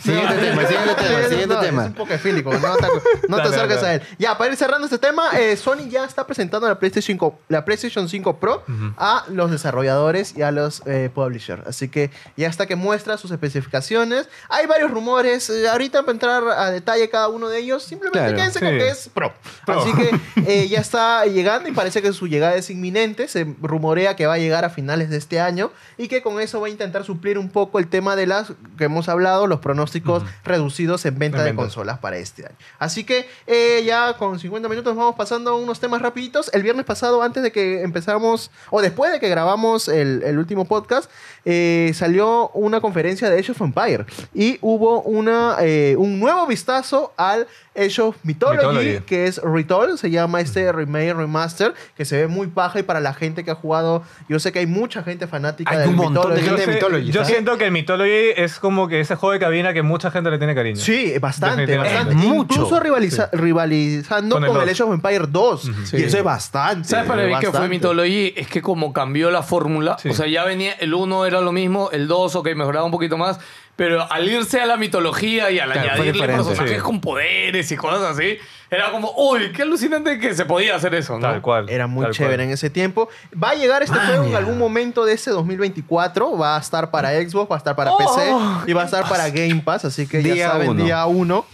Siguiente tema, siguiente tema, siguiente
No, Es
tema.
un poco efílico, no te, no te
Dale,
acerques
dale.
a él. Ya, para ir cerrando este tema, eh, Sony ya está presentando la PlayStation 5, la PlayStation 5 Pro a los desarrolladores y a los eh, publishers. Así que ya está que muestra sus especificaciones. Hay varios rumores. eh, ahorita para entrar a detalle cada uno de ellos, simplemente
Claro,
quédense
sí.
con que es Pro.
Pro.
Así que eh, ya está llegando y parece que su llegada es inminente. Se rumorea que va a llegar a finales de este año y que con eso va a intentar suplir un poco el tema de las que hemos hablado, los pronósticos reducidos en venta
En
de
ventas.
consolas para este año. Así que eh, ya con 50 minutos vamos pasando a unos temas rapiditos. El viernes pasado, antes de que empezamos, o después de que grabamos el, el último podcast, eh, salió una conferencia de Age of Empire y hubo una, eh, un nuevo vistazo al Age of Mythology,
Mythology.
que es Retold, se llama este remake remaster, que se ve muy paja y para la gente que ha jugado, yo sé que hay mucha gente fanática
Hay
del
un montón de
Mythology.
gente de Mythology,
yo
¿sabes?
siento que el Mythology es como que ese juego de cabina que mucha gente le tiene cariño.
Sí, bastante,
Definitivamente.
bastante.
Es mucho.
Incluso rivaliza- rivalizando
Con
con
el
el,
dos.
Age of Empire 2.
Sí.
Y eso es bastante.
¿Sabes para mí que fue
bastante.
Mythology? Es que como cambió la fórmula,
Sí.
o sea, ya venía, el 1 era lo mismo, el 2, ok, mejoraba un poquito más, pero al irse a la mitología y al
Claro, fue
añadirle
diferente.
personajes
Sí.
con poderes y cosas así, era como, uy, qué alucinante que se podía hacer eso, ¿no?
Tal cual.
Era muy
tal
chévere en
cual.
ese tiempo. Va a llegar
Ah,
este juego en algún momento de ese 2024. Va a estar para Xbox, va a estar para
Oh,
PC y va a estar para Game Pass. Así que
Día
ya saben,
uno.
día 1.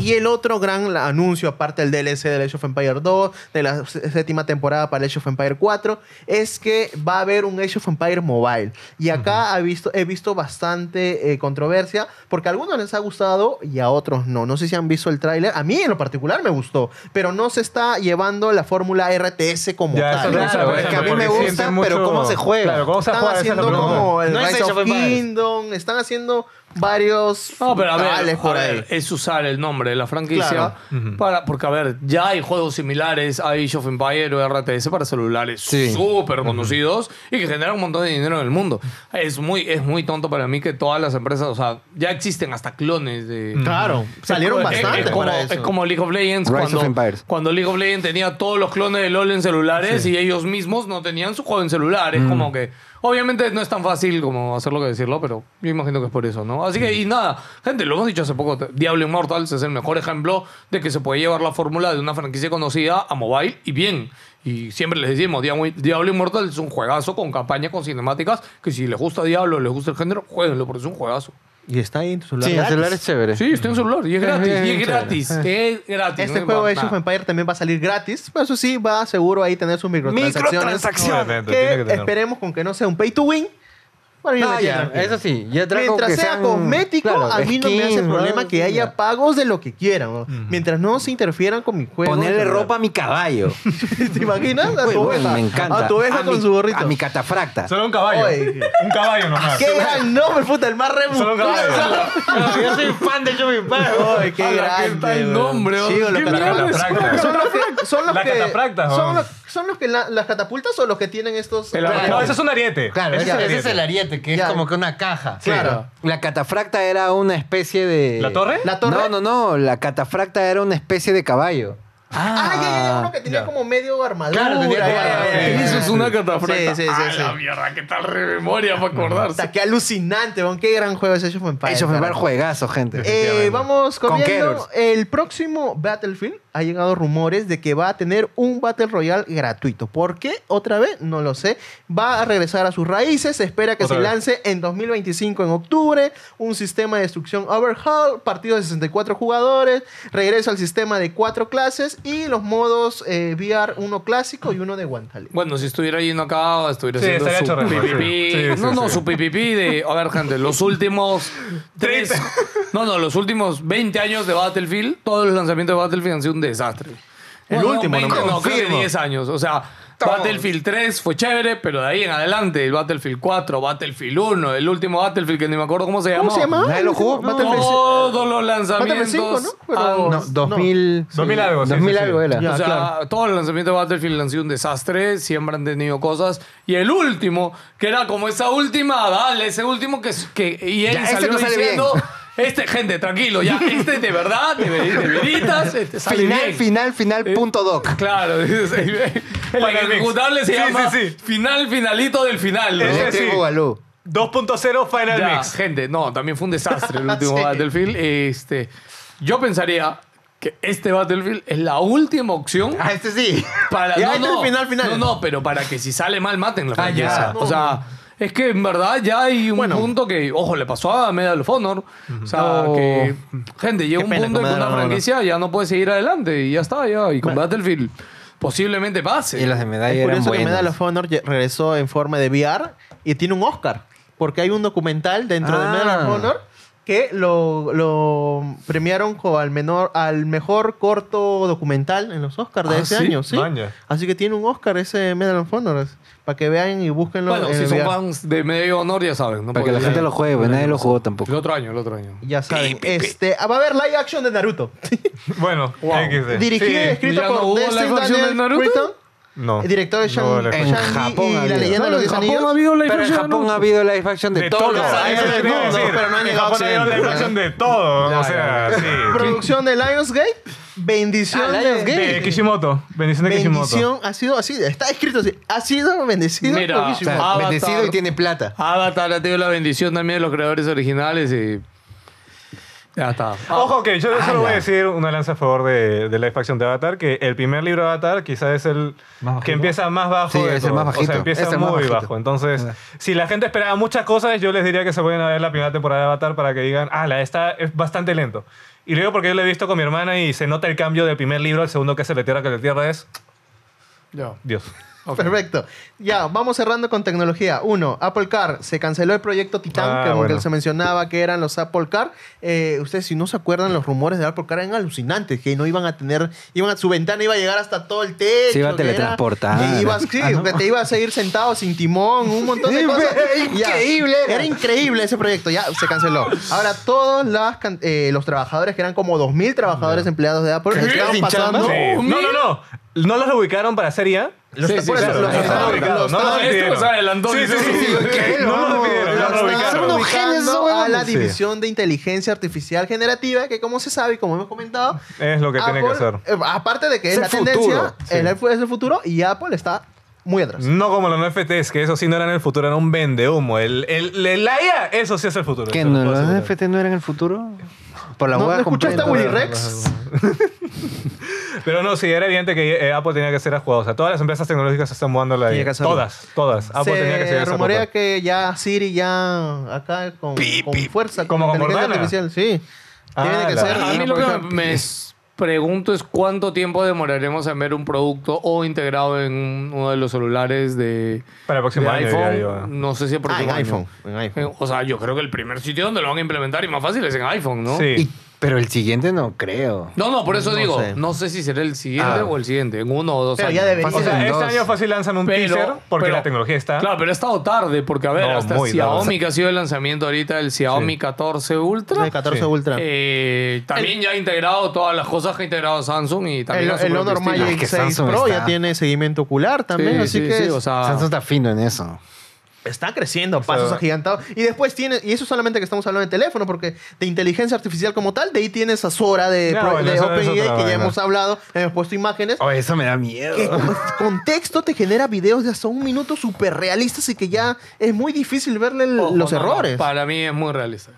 Y el otro gran la- anuncio, aparte del DLC de Age of Empire 2, de la sé- séptima temporada para Age of Empire 4, es que va a haber un Age of Empire Mobile. Y acá ha visto, he visto bastante eh, controversia, porque a algunos les ha gustado y a otros no. No sé si han visto el tráiler. A mí en lo particular me gustó, pero no se está llevando la fórmula RTS como
Ya, eso
tal.
es lo que
Claro,
se
es que a mí
porque
me gusta,
sienten
pero ¿cómo se juega?
Claro, ¿cómo se
Están
juega? Esa es la
haciendo
pregunta.
como el
No es
Rise
Age
of
of Empires.
Kingdom, están haciendo varios
No, pero a ver,
tales por
a
ahí.
ver, es usar el nombre de la franquicia
Claro.
Ujú.
para, porque a ver, ya hay juegos similares a Age of Empire o RTS para celulares
Sí.
súper conocidos y que generan un montón de dinero en el mundo. Es muy, es muy tonto para mí que todas las empresas, o sea, ya existen hasta clones de.
Claro, salieron
Es- es-
bastante
es como,
para eso.
es como League of Legends
Rise
cuando,
of Empires.
cuando League of Legends tenía todos los clones de LoL en celulares y ellos mismos no tenían su juego en celulares.
Mm.
Como que, obviamente no es tan fácil como hacerlo que decirlo, pero yo imagino que es por eso, ¿no? Así que, y
Mm.
nada, gente, lo hemos dicho hace poco, te- Diablo Immortals es el mejor ejemplo de que se puede llevar la fórmula de una franquicia conocida a mobile y bien. Y siempre les decimos, Diablo Diablo Immortals es un juegazo con campaña, con cinemáticas, que si les gusta Diablo, les gusta el género, jueguenlo porque es un juegazo.
Y está ahí en tu celular.
Sí, el
gratis.
celular es chévere.
Sí, está en celular. Y es
Sí,
gratis.
bien,
Y es
bien
gratis. Es gratis.
Este
no
juego
va-
de Age of
va.
Empire también va a salir gratis, pero eso sí, va seguro ahí tener sus microtransacciones.
Microtransacciones.
Obviamente, tiene
Que
que tener.
esperemos con que no sea un pay to win. Bueno, yo
Ah,
me quedo
ya,
tranquilo.
eso sí. Ya trago
Mientras
que
sea
sean-
cosmético,
claro,
a mí no me hace
skins,
problema
¿no?
que haya
Ya.
pagos de lo que quieran. ¿no? Mientras no se interfieran con mi juego.
Ponerle
¿verdad?
ropa a mi caballo.
¿Te imaginas? A
Uy,
tu
bueno,
oveja.
me encanta.
A tu oveja con
mi-
su gorrito.
A mi catafracta.
Solo un caballo.
Oye. Ah,
Un caballo nomás.
¡Qué gran nombre, puta! El más
Solo un
rebuscado.
caballo.
Yo soy fan de Yo
Ay, qué
A la que
grande!
está el
weón.
nombre,
Sí,
weón.
lo
Qué
que-
mierda es
Catafracta.
Son los que. Son los
La
que
catafracta,
son
weón.
los, son los que la- las catapultas o los que tienen estos. eh,
El arma.
No, ese es un ariete.
Claro,
Ese
ese,
Ya.
ese es el ariete, que
Ya.
es como que una caja.
Sí.
Claro.
La catafracta era una especie de.
¿La torre?
La torre.
No, no, no. La catafracta era una especie de caballo.
Ah, ya, ya, ya, uno que tenía
Ya.
como medio armadura.
Claro, tenía como
ya, ya,
armadura.
ya, ya.
Eso es una catafracta.
Sí, sí, sí,
A la
sí.
mierda, qué tal re memoria para acordarse.
Puta, qué alucinante, weón. Qué gran juego es Age of Empires.
Eso fue el
carajo.
juegazo, gente.
Eh, vamos
Con
corriendo.
Keros.
El próximo Battlefield ha llegado rumores de que va a tener un Battle Royale gratuito. ¿Por qué? Otra vez, no lo sé. Va a regresar a sus raíces. Se espera que
Otra
se
vez.
lance en 2025, en octubre. Un sistema de destrucción overhaul, partido de 64 jugadores. Regreso al sistema de cuatro clases y los modos eh, VR, uno clásico y uno de guantale.
Bueno, si estuviera yendo acá, estuviera
Sí,
haciendo
estaría
su
chorreando, sí.
pipipí.
Sí, sí,
no, no,
sí.
su pipipí de. A ver, gente, los últimos. Tres. No, no, los últimos 20 años de Battlefield, todos los lanzamientos de Battlefield han sido un desastre.
El
Bueno,
último, no me
no, creo que
confirmo.
10 años. O sea, Battlefield 3 fue chévere, pero de ahí en adelante, el Battlefield 4, Battlefield 1, el último Battlefield que ni me acuerdo cómo se llamó.
¿Cómo se llama?
Nadie lo jugó.
No, Battlefield
Todos los
Battlefield 5,
lanzamientos.
¿no? Pero-
han-
No, 2000.
2000 algo, sí,
2000
sí, sí.
algo era.
Ya.
o sea,
claro.
todos los lanzamientos de Battlefield han sido un desastre, siempre han tenido cosas. Y el último, que era como esa última, dale, ese último que, que y él
Ya, ese
salió
no sale
diciendo, este, gente, tranquilo, ya, este de verdad, de, ver- de veritas, este sale
Final,
bien".
final, final,
Eh,
punto doc.
Claro, es- el
Para el
ejecutable se
mix. Sí,
llama
sí, sí.
final, finalito del final. ¿no?
Ese
Este
sí.
Bugalú.
2.0 Final
Ya,
Mix.
gente, no, también fue un desastre el último
Sí.
Battlefield. Este, yo pensaría que este Battlefield es la última opción
Ah, este sí.
para
Ya,
no,
este es
no,
el final, final.
no, no, pero para que si sale mal maten la
Ah, ya.
franquicia. O sea, es que en verdad ya hay un
Bueno.
punto que, ojo, le pasó a Medal of Honor. O sea,
No.
que gente llega
Qué
un
pena
punto
con
en
Medal
que una
of Honor.
franquicia ya no puede seguir adelante y ya está ya y con Battlefield posiblemente pase.
Y las de medalla
Es
eran
curioso que
buenas.
Medal of Honor ye- regresó en forma de VR y tiene un Oscar. Porque hay un documental dentro de
Ah.
Medal of Honor que lo, lo premiaron con al, menor, al mejor corto documental en los Oscars de
Ah,
ese
¿sí?
año. ¿sí?
Vaya.
Así que tiene un Oscar ese Medal of Honor. Para que vean y búsquenlo
Bueno,
en
si
el
son
VR.
fans de Medal of Honor ya saben, ¿no?
Para que
Porque
la gente
ya-
lo juegue, porque nadie lo jugó tampoco.
El otro año, el otro año.
Ya saben. Este, ah, va a haber live action de Naruto.
Bueno,
Wow.
XD.
Dirigido y
Sí.
escrito
¿Ya no
por
hubo
Dustin
live action de
Daniel
Naruto?
Cretton,
No.
el director de
No,
Shang-
la-
En
Shang-Chi
Japón
y la
había.
leyenda de
No,
los
en
10
Japón ha
anillos.
habido la
Pero en Japón ha habido live action de,
De
todos los
todo.
años.
Eso te iba a
No, no,
decir.
pero no han
En
llegado a
Japón hay
Occidente.
live action de todo.
Ya,
O sea,
ya, ya.
sí.
Producción de Lionsgate. Bendición
Ah,
de-
Lionsgate.
De Kishimoto. Bendición de Kishimoto.
bendición ha sido así, está escrito así, ha sido bendecido
Mira,
por
o
O
Kishimoto.
sea,
Avatar.
bendecido y tiene plata.
Avatar ha tenido la bendición también de los creadores originales y ya está. Ah,
Ojo, que yo solo voy a decir una lanza a favor de, de Live Action de Avatar, que el primer libro de Avatar quizás es el
Más bajito.
que empieza más bajo.
Sí,
de
es el más
todos. O
bajito.
sea, empieza
Es el más
muy
bajito.
bajo. Entonces,
Ah.
si la gente esperaba muchas cosas, yo les diría que se pueden a ver la primera temporada de Avatar para que digan, ah, la esta es bastante lento. Y luego porque yo lo he visto con mi hermana y se nota el cambio del primer libro al segundo que es el de Tierra, que el de Tierra es
ya.
Dios.
Ok.
Perfecto. Ya, vamos cerrando con tecnología. Uno, Apple Car. Se canceló el proyecto Titan,
Ah,
que como
bueno.
que se mencionaba que eran los Apple Car. Eh, ustedes, si no se acuerdan, los rumores de Apple Car eran alucinantes, que no iban a tener, iban a, su ventana iba a llegar hasta todo el techo.
Se iba a
que era-
teletransportar.
que ibas, sí,
Ah, ¿no?
que te ibas a ir sentado sin timón, un montón de
Sí,
cosas.
pero
Ya,
increíble era.
Era increíble ese proyecto, ya se canceló. Ahora, todos las can- eh, los trabajadores, que eran como 2.000 trabajadores empleados de Apple, estaban
¿Sin
pasando...
chamba?
Sí. No, no, no. No los ubicaron para serie A.
Los-
Sí,
por eso,
sí, claro.
los
Ahí
estaban-
está
ubicado,
los
no
estaban-
los
Esto
pidieron.
se adelantó.
Sí,
dice.
sí, sí.
¿Qué?
No los pidieron, no
Los
los
estaban
ubicaron.
ubicando
Son unos
a la
genes,
división de inteligencia artificial generativa que como se sabe y como hemos comentado
Es lo que tiene que
Apple,
hacer.
eh, aparte de que es,
Es
la
el futuro,
tendencia el iPhone es el futuro y Apple está muy atrás.
No como los NFTs, que eso sí no eran el futuro, era un vende humo. El, el, el- la IA, eso sí es el futuro.
¿Que
eso lo
no,
puedo
los
asegurar.
NFT no eran el futuro? Por la
¿No,
hueá
¿no escuchaste a
completa.
Willy Rex?
Pero no, sí, era evidente que eh, Apple tenía que ser a juego. O sea, todas las empresas tecnológicas se están mudando a la
Tenía
IA.
que hacerlo.
Todas, todas. Apple tenía que ser
Se
esa
rumorea
papá.
que ya Siri ya acá con, con fuerza,
Como con
inteligencia
Cortana.
artificial, sí.
Ah,
Tiene que
la-
ser.
A mí lo que me,
aprovechar.
me s- pregunto es cuánto tiempo demoraremos en ver un producto o integrado en uno de los celulares de,
Para el próximo
de
año,
iPhone.
diría yo.
No sé si el
Ah, en
próximo año.
iPhone. En iPhone.
Eh, O sea, yo creo que el primer sitio donde lo van a implementar y más fácil es en iPhone, ¿no?
Sí.
Y- pero el siguiente no creo.
No, no, por eso
No
digo,
sé.
no sé si será el siguiente
Ah.
o el siguiente, en uno o dos
Pero
años.
ya debería.
O sea,
en
este
dos.
año fácil lanzan un teaser porque
pero-
la tecnología está.
Claro, pero ha estado tarde, porque a ver,
No,
hasta
muy
Xiaomi,
tarde.
que ha sido el lanzamiento ahorita del Xiaomi
Sí.
14
El
Ultra.
14
Sí.
Ultra.
eh, también ya ha integrado todas las cosas que ha integrado Samsung y también
el
a su
el
propio
Honor
estilo.
Magic
Es que
6
Samsung
Pro ya
está-
tiene seguimiento ocular también,
Sí,
así
sí,
que
sí, o sea,
Samsung está fino en eso.
está creciendo a pasos
sea-
agigantados. Y después tiene, y eso solamente que estamos hablando de teléfono, porque de inteligencia artificial como tal, de ahí tienes a Sora de,
No,
Pro-
bueno,
de
eso es otra
OpenAI, que ya
vaina.
hemos hablado, hemos puesto imágenes.
Oh, eso me da miedo.
que con- contexto te genera videos de hasta un minuto súper realistas y que ya es muy difícil verle el-
Ojo,
los
no, no,
errores.
para mí es muy realista.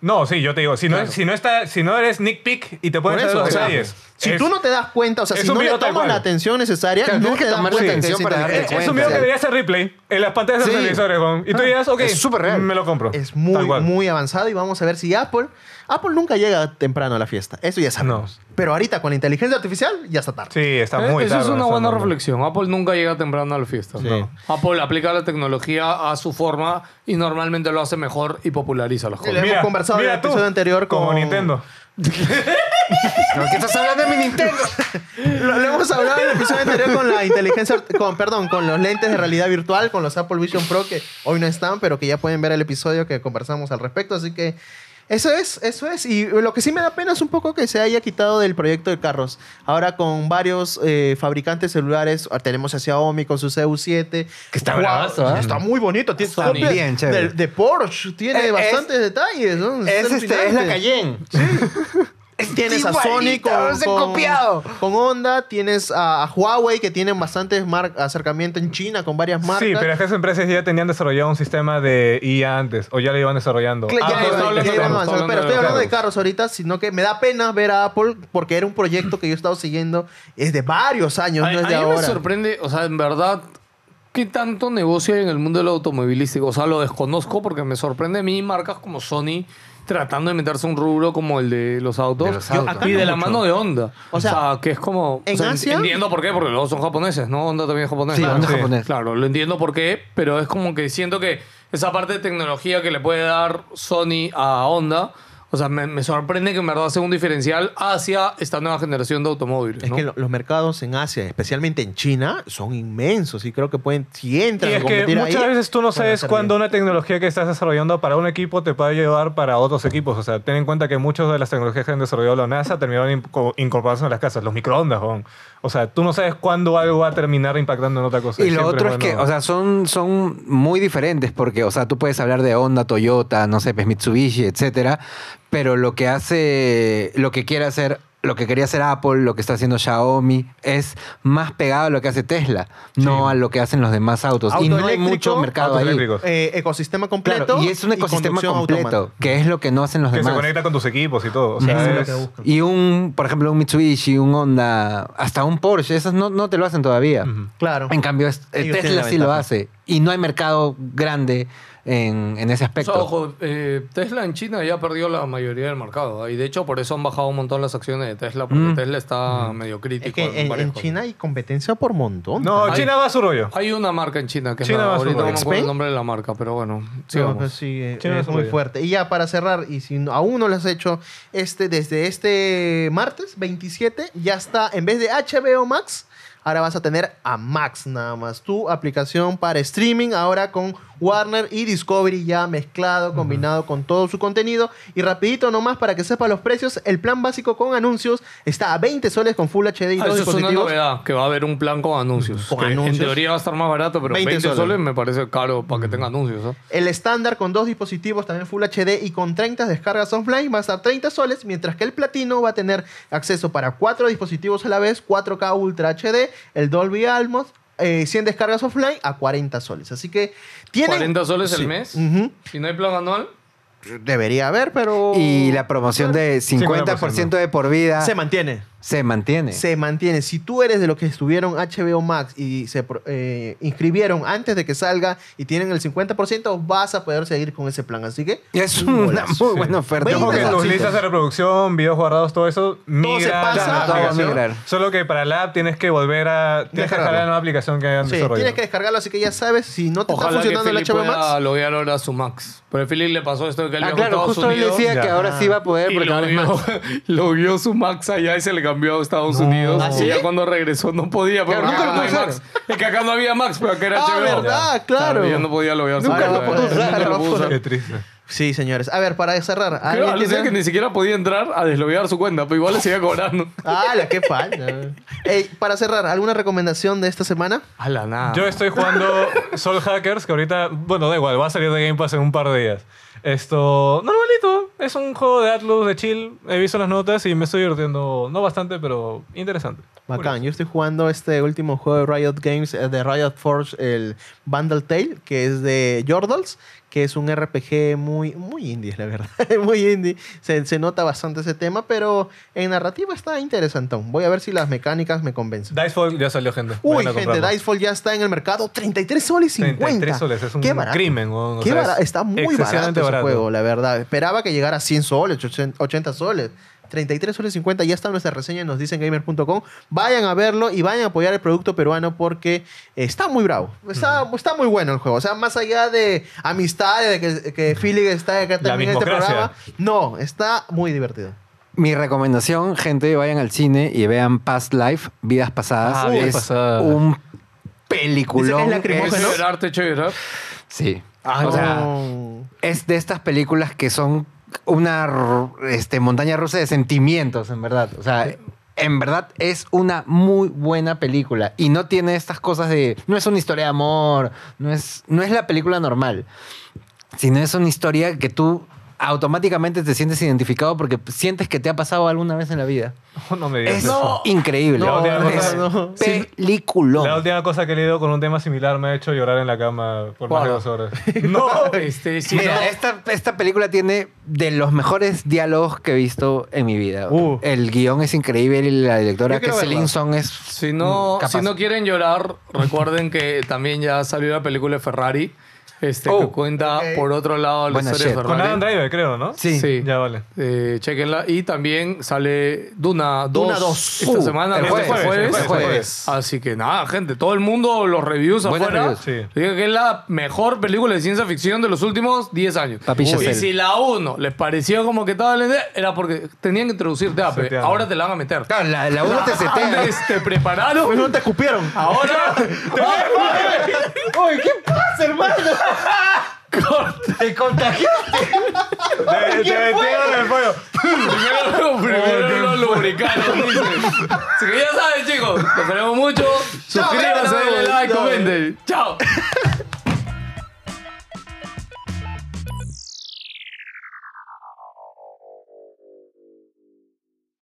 No, sí, yo te digo, si no,
Claro.
si no, está, si no eres Nick Pick y te
Por
pueden
eso,
saber los
o sea,
detalles.
si
es-
tú no te das cuenta, o sea,
es
si
un
no
video
le
tal
tomas la
cual.
atención necesaria,
Claro,
no
tienes que
te das
tomarle
cuenta.
atención
que es
para darte
Es,
inteligencia.
es
cuenta.
un video que debería ser replay en las pantallas de
eh. Sí. Ah,
los televisores, weón. Y tú dirás, ok,
es súper real.
me lo compro.
Es
Tal
muy,
cual.
muy avanzado y vamos a ver si Apple. Apple nunca llega temprano a la fiesta. Eso ya sabemos. Pero ahorita con la inteligencia artificial ya está tarde.
Sí, está
Eh,
muy
Esa es
tarde,
una
está
buena
muy-
reflexión. Apple nunca llega temprano a la fiesta.
No.
Apple aplica la tecnología a su forma y normalmente lo hace mejor y populariza las
Lo
cosas.
hemos conversado en el
tú,
episodio anterior
como
con-
Nintendo.
¿Por qué estás hablando de mi Nintendo?
Lo, lo hemos hablado en el episodio anterior con la inteligencia, art- con, perdón, con los lentes de realidad virtual, con los Apple Vision Pro que hoy no están, pero que ya pueden ver el episodio que conversamos al respecto. Así que eso es, eso es. Y lo que sí me da pena es un poco que se haya quitado del proyecto de carros. Ahora con varios eh, fabricantes celulares, ah, tenemos a Xiaomi con su CU7.
Que está
Wow,
bravazo, ¿ah?
Está muy bonito. Tiene
Sony.
copia
Bien, chévere. Eh,
de, de Porsche. Tiene
Es-
bastantes detalles. ¿no?
Es, este, es la
alucinante.
Cayenne. Es
Tienes a Sony
igualita,
con,
no se ha
con-
copiado.
con Honda, tienes a, a Huawei que tienen bastantes mar- acercamiento en China con varias marcas.
Sí, pero es que esas empresas ya tenían desarrollado un sistema de IA antes, o ya lo iban desarrollando.
Cla- ya
Apple
iba- ya
está Ah, hablando
iba
de-
avanzando,
Apple.
pero estoy hablando de
Claro.
carros ahorita, sino que me da pena ver a Apple porque era un proyecto que yo he estado siguiendo es de varios años, no
a,
es de
a mí
ahora.
me sorprende, o sea, en verdad, ¿qué tanto negocio hay en el mundo del automovilístico? O sea, lo desconozco porque me sorprende a mí marcas como Sony tratando de meterse un rubro como el de los autos,
De los
Yo-
autos.
y de la
Mucho.
mano de Honda.
O
O
sea,
sea, que es como... o
¿en
sea, en-
Asia?
Entiendo por qué, porque los dos son japoneses, ¿no? Honda también es japonés.
Sí,
Claro.
Honda es
sí.
japonés.
Claro, lo entiendo por qué, pero es como que siento que esa parte de tecnología que le puede dar Sony a Honda, o sea, me, me sorprende que en verdad sea un diferencial hacia esta nueva generación de automóviles.
Es
¿no?
que lo- los mercados en Asia, especialmente en China, son inmensos y creo que pueden, si entran
Y
a
es que
competir
muchas
ahí,
veces tú no
pueden
sabes
hacer
cuándo
bien.
una tecnología que estás desarrollando para un equipo te puede llevar para otros equipos. O sea, ten en cuenta que muchas de las tecnologías que han desarrollado la NASA terminaron inco- incorporándose en las casas, los microondas, weón. O sea, tú no sabes cuándo algo va a terminar impactando en otra cosa.
Y lo
siempre
otro es que,
bueno-
o sea, son, son muy diferentes porque, o sea, tú puedes hablar de Honda, Toyota, no sé, pues Mitsubishi, etcétera, pero lo que hace, lo que quiere hacer, lo que quería hacer Apple, lo que está haciendo Xiaomi, es más pegado a lo que hace Tesla, no a lo que hacen los demás autos.
Auto
y no hay
eléctrico,
mucho mercado
autos
ahí.
eléctricos.
Eh, ecosistema completo.
Claro, y es un ecosistema
conducción
completo,
automática.
que es lo que no hacen los
que se
demás.
conecta con tus equipos y todo. O sea,
Eso es lo
es-
que buscan.
Y un, por ejemplo, un Mitsubishi, un Honda, hasta un Porsche, esos no, no te lo hacen todavía.
Ujú.
Claro.
En cambio, es- eh,
Ellos tienen
Tesla
la
sí lo
ventaja.
hace. Y no hay mercado grande en, en ese
O sea,
aspecto.
ojo, eh, Tesla en China ya perdió la mayoría del mercado. ¿eh? Y de hecho, por eso han bajado un montón las acciones de Tesla, porque
Mm.
Tesla está medio crítico.
Es que en,
varias
en
cosas.
China hay competencia por montón.
No,
Ay.
China va a su rollo.
Hay una marca en China que es
China
la-
va a
ahorita no me
superar.
acuerdo el
¿Xpeng?
nombre de la marca, pero bueno,
No,
sigamos. Ah,
pues sí, eh,
Sí, no
es
es
muy
obvio.
fuerte. Y ya para cerrar, y si no- aún no lo has hecho, este, desde este martes 27 ya está, en vez de HBO Max, ahora vas a tener a Max nada más. Tu aplicación para streaming ahora con Warner y Discovery ya mezclado, combinado con todo su contenido. Y rapidito nomás para que sepa los precios, el plan básico con anuncios está a 20 soles con Full HD y
Ah,
dos
eso es una
dispositivos.
novedad, que va a haber un plan con anuncios.
Con
que
anuncios.
En teoría va a estar más barato, pero
20
20, soles.
soles
me parece caro para que tenga anuncios. ¿eh?
El estándar con dos dispositivos, también Full HD y con 30 descargas offline va a estar 30 soles, mientras que el platino va a tener acceso para cuatro dispositivos a la vez, 4K Ultra HD, el Dolby Atmos, eh, 100 descargas offline a 40 soles. Así que tienen...
40 soles
Sí. Mm.
el mes.
Ujú.
Si no hay plan anual,
Debería haber, pero...
Y la promoción de 50%,
50%
de por vida
Se
se,
mantiene.
mantiene.
Se mantiene. Si tú eres de los que estuvieron HBO Max y se pro- eh, inscribieron antes de que salga y tienen el 50%, vas a poder seguir con ese plan. Así que
es una
golazo.
muy buena oferta. Ah,
Veinte
Ojo que
dólares.
tus listas de reproducción, videos guardados, todo eso migra
se
a la
pasa a-
Todo va a
aplicación.
migrar.
Solo que para la app tienes que volver a... Tienes que
Descargarlo.
jalar la nueva aplicación que hayan
sí,
desarrollado.
tienes que descargarlo. Así que ya sabes, si no te
ojalá
está
que
funcionando el
Philip
HBO
pueda
Max,
lograr ahora su Max. Pero a Philip le pasó esto de que él
Ah,
viajó a
claro,
Estados
justo él
Unidos
decía que
Ya.
ahora sí va a poder
y
porque
lo
ahora es
vio,
más.
lo vio su Max allá y se le cambió a Estados Unidos.
¿Ah,
Y
sí?
ya cuando regresó no podía, porque
Claro,
acá
nunca lo
no hay
pudo
Max. Es que acá no había Max, pero acá era
Ah,
HBO.
¿verdad? Claro.
Yo no podía lograr su
Nunca
Max,
lo pudo
eh.
usar,
Nunca lo
no
pudo
pudo.
usar.
Qué triste.
sí, señores. A ver, para cerrar.
Creo,
¿alguien
alucina
tiene-
que ni siquiera podía entrar a desloguear su cuenta, pero igual le seguía cobrando.
¡Hala, qué falta! Ey, para cerrar, ¿alguna recomendación de esta semana?
A la nada.
Yo estoy jugando Soul Hackers, que ahorita, bueno, da igual, va a salir de Game Pass en un par de días. Esto, normalito, es un juego de Atlus de chill. He visto las notas y me estoy divirtiendo, no bastante, pero interesante.
Bacán, yo estoy jugando este último juego de Riot Games, eh, de Riot Forge, el Vandal Tale, que es de Jordals, que es un RPG muy, muy indie, la verdad, muy indie. Se, se nota bastante ese tema, pero en narrativa está interesantón. Voy a ver si las mecánicas me convencen.
Dicefall ya salió, gente.
Uy,
Vayan a
gente,
comprarlo.
Dicefall ya está en el mercado, 33 soles 50.
33 soles, es un
Qué barato.
crimen. weón, o
Qué
sea, es
bara- está muy
excesivamente
barato ese juego, la verdad. Esperaba que llegara a 100 soles, 80 80 soles. 33 soles 50, ya está nuestra reseña, nos dicen gamer.com. Vayan a verlo y vayan a apoyar el producto peruano porque está muy bravo. Está, está muy bueno el juego. O sea, más allá de amistad, de que, que Philip está acá también en este
mismocracia.
programa. No, está muy divertido.
Mi recomendación, gente, vayan al cine y vean Past Life, Vidas Pasadas.
Ah, Vidas
es
Pasadas.
un peliculón.
Dicen que es
¿Te
lacrimógeno.
hecho
Es-
llorar, te hecho llorar?
Sí.
Ah,
o sea,
No.
es de estas películas que son una r- este, montaña rusa de sentimientos, en verdad. O sea, en verdad es una muy buena película y no tiene estas cosas de... No es una historia de amor, no es, no es la película normal, sino es una historia que tú automáticamente te sientes identificado porque sientes que te ha pasado alguna vez en la vida.
No, no me digas
Es
eso.
increíble.
No, no,
es
no, no.
peliculón.
La última cosa que he leído con un tema similar me ha hecho llorar en la cama por más de
Guarda.
dos horas.
No, este, sí,
Mira,
no.
esta, esta película tiene de los mejores diálogos que he visto en mi vida.
Uh.
El guión es increíble y la
Yo
directora que
quiero
es
verla.
Celine Song es...
Si no,
capaz.
si no quieren llorar, recuerden que también ya salió la película de Ferrari. Este, que
Oh,
cuenta
ok.
por otro lado la
Buena
historia de
shit.
Ferrari.
Con Adam Driver, creo, ¿no?
Sí.
Sí.
Ya vale.
Eh, chequenla. Y también sale Duna 2.
Duna 2.
Esta
Uh,
semana,
el
¿no?
jueves,
Este
el
jueves, el jueves.
Así que nada, gente. Todo el mundo, los reviews
Buenas
afuera.
reviews.
Sí.
Digo que es la mejor película de ciencia ficción de los últimos 10 años.
Papi
y
Chazelle.
si la 1 les pareció como que estaba lenta, era porque tenían que introducirte a E.
Seteando.
Ahora te la van a meter.
Claro, Ah, la, la uno te setea.
Antes te prepararon.
no te escupieron.
Ahora.
Uy, ¿qué pasa, hermano? Te contagiaste.
Te, te metieron el pollo.
primero primero lo lubricaron, dice. Así que ya saben, chicos. Los queremos mucho.
Chao,
Suscríbanse,
chao,
denle like,
chao.
comenten. Chao.